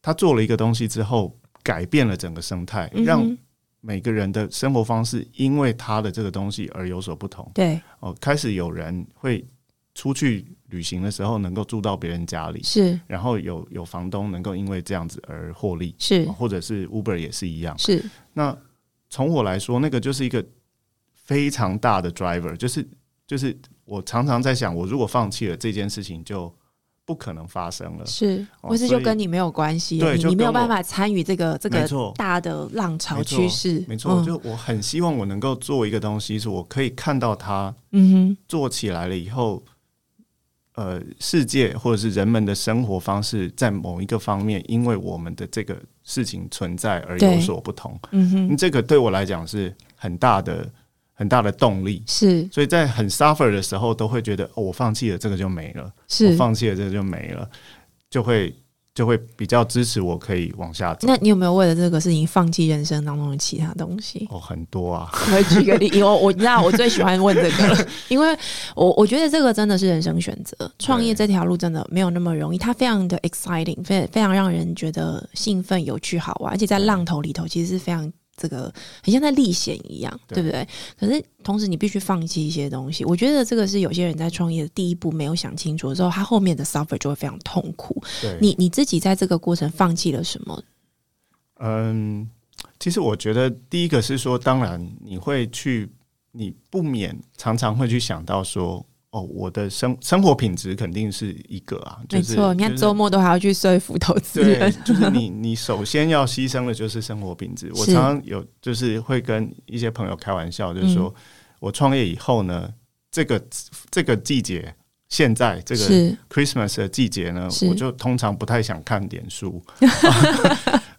Speaker 2: 他做了一个东西之后改变了整个生态，
Speaker 1: 嗯哼
Speaker 2: 让每个人的生活方式因为他的这个东西而有所不同。
Speaker 1: 对
Speaker 2: 哦，开始有人会出去旅行的时候能够住到别人家里，
Speaker 1: 是
Speaker 2: 然后有有房东能够因为这样子而获利，
Speaker 1: 是
Speaker 2: 哦或者是 Uber 也是一样。
Speaker 1: 是
Speaker 2: 那从我来说，那个就是一个非常大的 driver，就是就是我常常在想，我如果放弃了这件事情，就不可能发生了。
Speaker 1: 是，
Speaker 2: 哦
Speaker 1: 或是
Speaker 2: 所
Speaker 1: 就
Speaker 2: 以
Speaker 1: 跟你没有关系，
Speaker 2: 对
Speaker 1: 你
Speaker 2: 就
Speaker 1: 你没有
Speaker 2: 跟
Speaker 1: 办
Speaker 2: 我
Speaker 1: 法参与这个这
Speaker 2: 没
Speaker 1: 个
Speaker 2: 错，
Speaker 1: 大的浪潮
Speaker 2: 没错
Speaker 1: 趋势，
Speaker 2: 没错，
Speaker 1: 嗯
Speaker 2: 就我很希望我能够做一个东西，是我可以看到它
Speaker 1: 嗯
Speaker 2: 做起来了以后，呃，世界或者是人们的生活方式在某一个方面，因为我们的这个事情存在而
Speaker 1: 对
Speaker 2: 有所不同。
Speaker 1: 哼嗯哼，
Speaker 2: 这个对我来讲是很大的、很大的动力。
Speaker 1: 是
Speaker 2: 所以在很 suffer 的时候，都会觉得哦，我放弃了这个就没了，我
Speaker 1: 是。
Speaker 2: 放弃了这个就没了，就会就会比较支持我可以往下走
Speaker 1: 那。你有没有为了这个事情放弃人生当中的其他东西？
Speaker 2: 哦，很多啊，
Speaker 1: 我会举个例，因为我知道我最喜欢问这个 了，因为我我觉得这个真的是人生选择，创业这条路真的没有那么容易，它非常的 exciting，非非常让人觉得兴奋、有趣、好玩，而且在浪头里头其实是非常。这个很像在历险一样，对
Speaker 2: 对
Speaker 1: 不对？可是同时你必须放弃一些东西。我觉得这个是有些人在创业的第一步没有想清楚的时候，他后面的 suffer 就会非常痛苦。
Speaker 2: 对，
Speaker 1: 你你自己在这个过程放弃了什么？
Speaker 2: 嗯，其实我觉得第一个是说，当然你会去，你不免常常会去想到说，哦，我的生生活品质肯定是一个啊，就
Speaker 1: 没
Speaker 2: 是
Speaker 1: 错，你看
Speaker 2: 就是
Speaker 1: 周末都还要去说服投资
Speaker 2: 对
Speaker 1: 人，，
Speaker 2: 就是你，你首先要牺牲的就是生活品质。我
Speaker 1: 是
Speaker 2: 常常有就是会跟一些朋友开玩笑，就是
Speaker 1: 嗯
Speaker 2: 说、我创业以后呢，这个这个季节，现在这个
Speaker 1: 是
Speaker 2: Christmas 的季节呢
Speaker 1: 是，
Speaker 2: 我就通常不太想看脸 书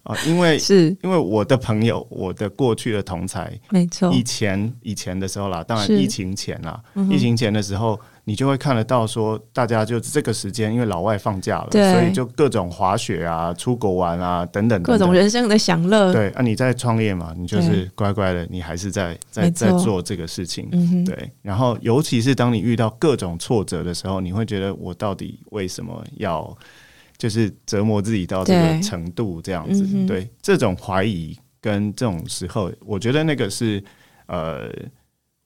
Speaker 2: 啊，因为
Speaker 1: 是
Speaker 2: 因为我的朋友，我的过去的同才，
Speaker 1: 没错，
Speaker 2: 以前以前的时候啦，当
Speaker 1: 哦
Speaker 2: 然
Speaker 1: 是
Speaker 2: 疫情前啦，
Speaker 1: 嗯哼
Speaker 2: 疫情前的时候，你就会看得到说，大家就这个时间，因为老外放假了，
Speaker 1: 对
Speaker 2: 所以就各种滑雪啊、出国玩啊等等等等
Speaker 1: 各种。人生的享乐。
Speaker 2: 对啊，你在创业嘛，你就是
Speaker 1: 对
Speaker 2: 乖乖的，你还是在在
Speaker 1: 没错
Speaker 2: 在做这个事情。
Speaker 1: 嗯哼，
Speaker 2: 对，然后尤其是当你遇到各种挫折的时候，你会觉得我到底为什么要就是折磨自己到这
Speaker 1: 对
Speaker 2: 个程度这样子
Speaker 1: 嗯？哼
Speaker 2: 对，这种怀疑跟这种时候，我觉得那个是呃，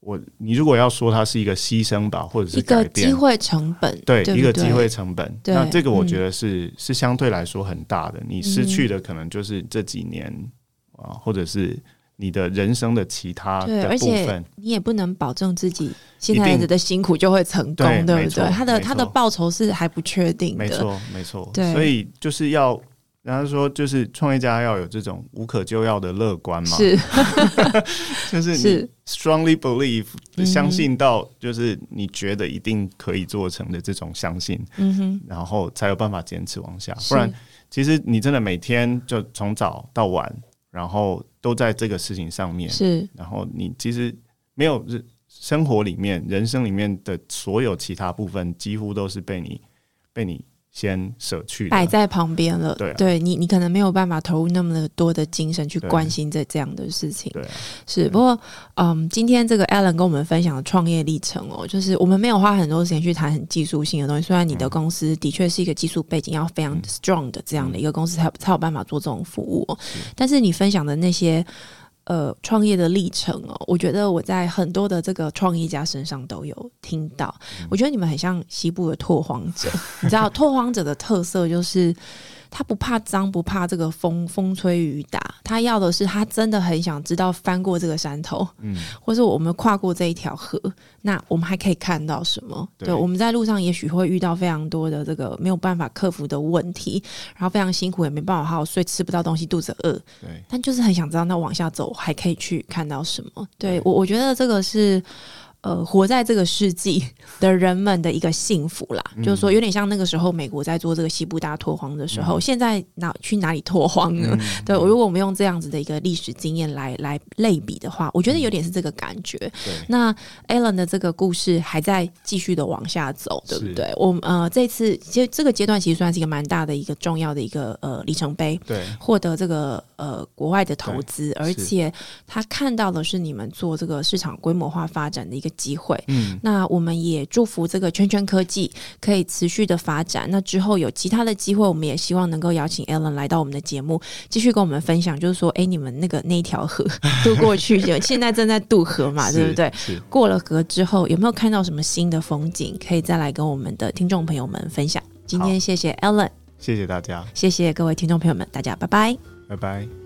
Speaker 2: 我你如果要说它是一个牺牲吧，或者是
Speaker 1: 一个
Speaker 2: 改
Speaker 1: 机
Speaker 2: 变，
Speaker 1: 会成本，
Speaker 2: 对，
Speaker 1: 对不
Speaker 2: 一个
Speaker 1: 对
Speaker 2: 机会，成本，
Speaker 1: 对
Speaker 2: 那这个我
Speaker 1: 嗯
Speaker 2: 觉得是、是相对来说很大的，你失去的可能就是这几年啊，或者是。你的人生的其他
Speaker 1: 对
Speaker 2: 的
Speaker 1: 而
Speaker 2: 部
Speaker 1: 且
Speaker 2: 分，
Speaker 1: 你也不能保证自己现
Speaker 2: 一
Speaker 1: 在
Speaker 2: 定
Speaker 1: 的辛苦就会成功，
Speaker 2: 对
Speaker 1: 对
Speaker 2: 没
Speaker 1: 不
Speaker 2: 错
Speaker 1: 对？他的
Speaker 2: 没错
Speaker 1: 他的报酬是还不确定的，
Speaker 2: 没错，没错。
Speaker 1: 对
Speaker 2: 所以就是要，人家说就是创业家要有这种无可救药的乐观嘛，
Speaker 1: 是
Speaker 2: 就是你
Speaker 1: 是
Speaker 2: strongly believe，、
Speaker 1: 嗯哼
Speaker 2: 相信到就是你觉得一定可以做成的这种相信，
Speaker 1: 嗯哼，
Speaker 2: 然后才有办法坚持往下。
Speaker 1: 是
Speaker 2: 不然，其实你真的每天就从早到晚，然后都在这个事情上面，
Speaker 1: 是
Speaker 2: 然后你其实没有日生活里面、人生里面的所有其他部分，几乎都是被你被你先舍去的
Speaker 1: 摆在旁边了。
Speaker 2: 对啊
Speaker 1: 你你可能没有办法投入那么的多的精神去
Speaker 2: 对
Speaker 1: 关心这这样的事情。
Speaker 2: 对啊，
Speaker 1: 是，不过，嗯，今天这个 Alan 跟我们分享的创业历程哦，就是我们没有花很多时间去谈很技术性的东西。虽然你
Speaker 2: 嗯
Speaker 1: 的公司的确是一个技术背景要非常 strong 的这样
Speaker 2: 嗯
Speaker 1: 的一个公司才有才有办法做这种服务、哦，但是你分享的那些呃创业的历程哦，我觉得我在很多的这个创业家身上都有听到。
Speaker 2: 嗯
Speaker 1: 我觉得你们很像西部的拓荒者， 你知道拓荒者的特色就是。他不怕脏，不怕这个风风吹雨打，他要的是他真的很想知道翻过这个山头，
Speaker 2: 嗯，
Speaker 1: 或是我们跨过这一条河，那我们还可以看到什么？
Speaker 2: 对
Speaker 1: 我们在路上也许会遇到非常多的这个没有办法克服的问题，然后非常辛苦，也没办法好好睡，吃不到东西，肚子饿，
Speaker 2: 对，
Speaker 1: 但就是很想知道，那往下走还可以去看到什么？对我，我觉得这个是。呃，活在这个世纪 的人们的一个幸福啦，就是说有点像那个时候美国在做这个西部大拓荒的时候，现在哪去哪里拓荒呢？ 对，如果我们用这样子的一个历史经验来来类比的话，我觉得有点是这个感觉。
Speaker 2: 对，
Speaker 1: 那 Alan 的这个故事还在继续的往下走，对不
Speaker 2: 是
Speaker 1: 对？我们呃这次其实这个阶段其实算是一个蛮大的一个重要的一个呃里程碑，
Speaker 2: 对，
Speaker 1: 获得这个呃国外的投资，而
Speaker 2: 是
Speaker 1: 且他看到的是你们做这个市场规模化发展的一个机会。
Speaker 2: 嗯，
Speaker 1: 那我们也祝福这个圈圈科技可以持续的发展。那之后有其他的机会，我们也希望能够邀请 Alan 来到我们的节目，继续跟我们分享，就是说，哎，你们那个那一条河渡过去，就现在正在渡河 嘛，对不
Speaker 2: 是
Speaker 1: 对？
Speaker 2: 是，
Speaker 1: 过了河之后，有没有看到什么新的风景，可以再来跟我们的听众朋友们分享？今
Speaker 2: 好
Speaker 1: 天谢谢 Alan，
Speaker 2: 谢谢大家，
Speaker 1: 谢谢各位听众朋友们，大家拜拜。
Speaker 2: 拜拜。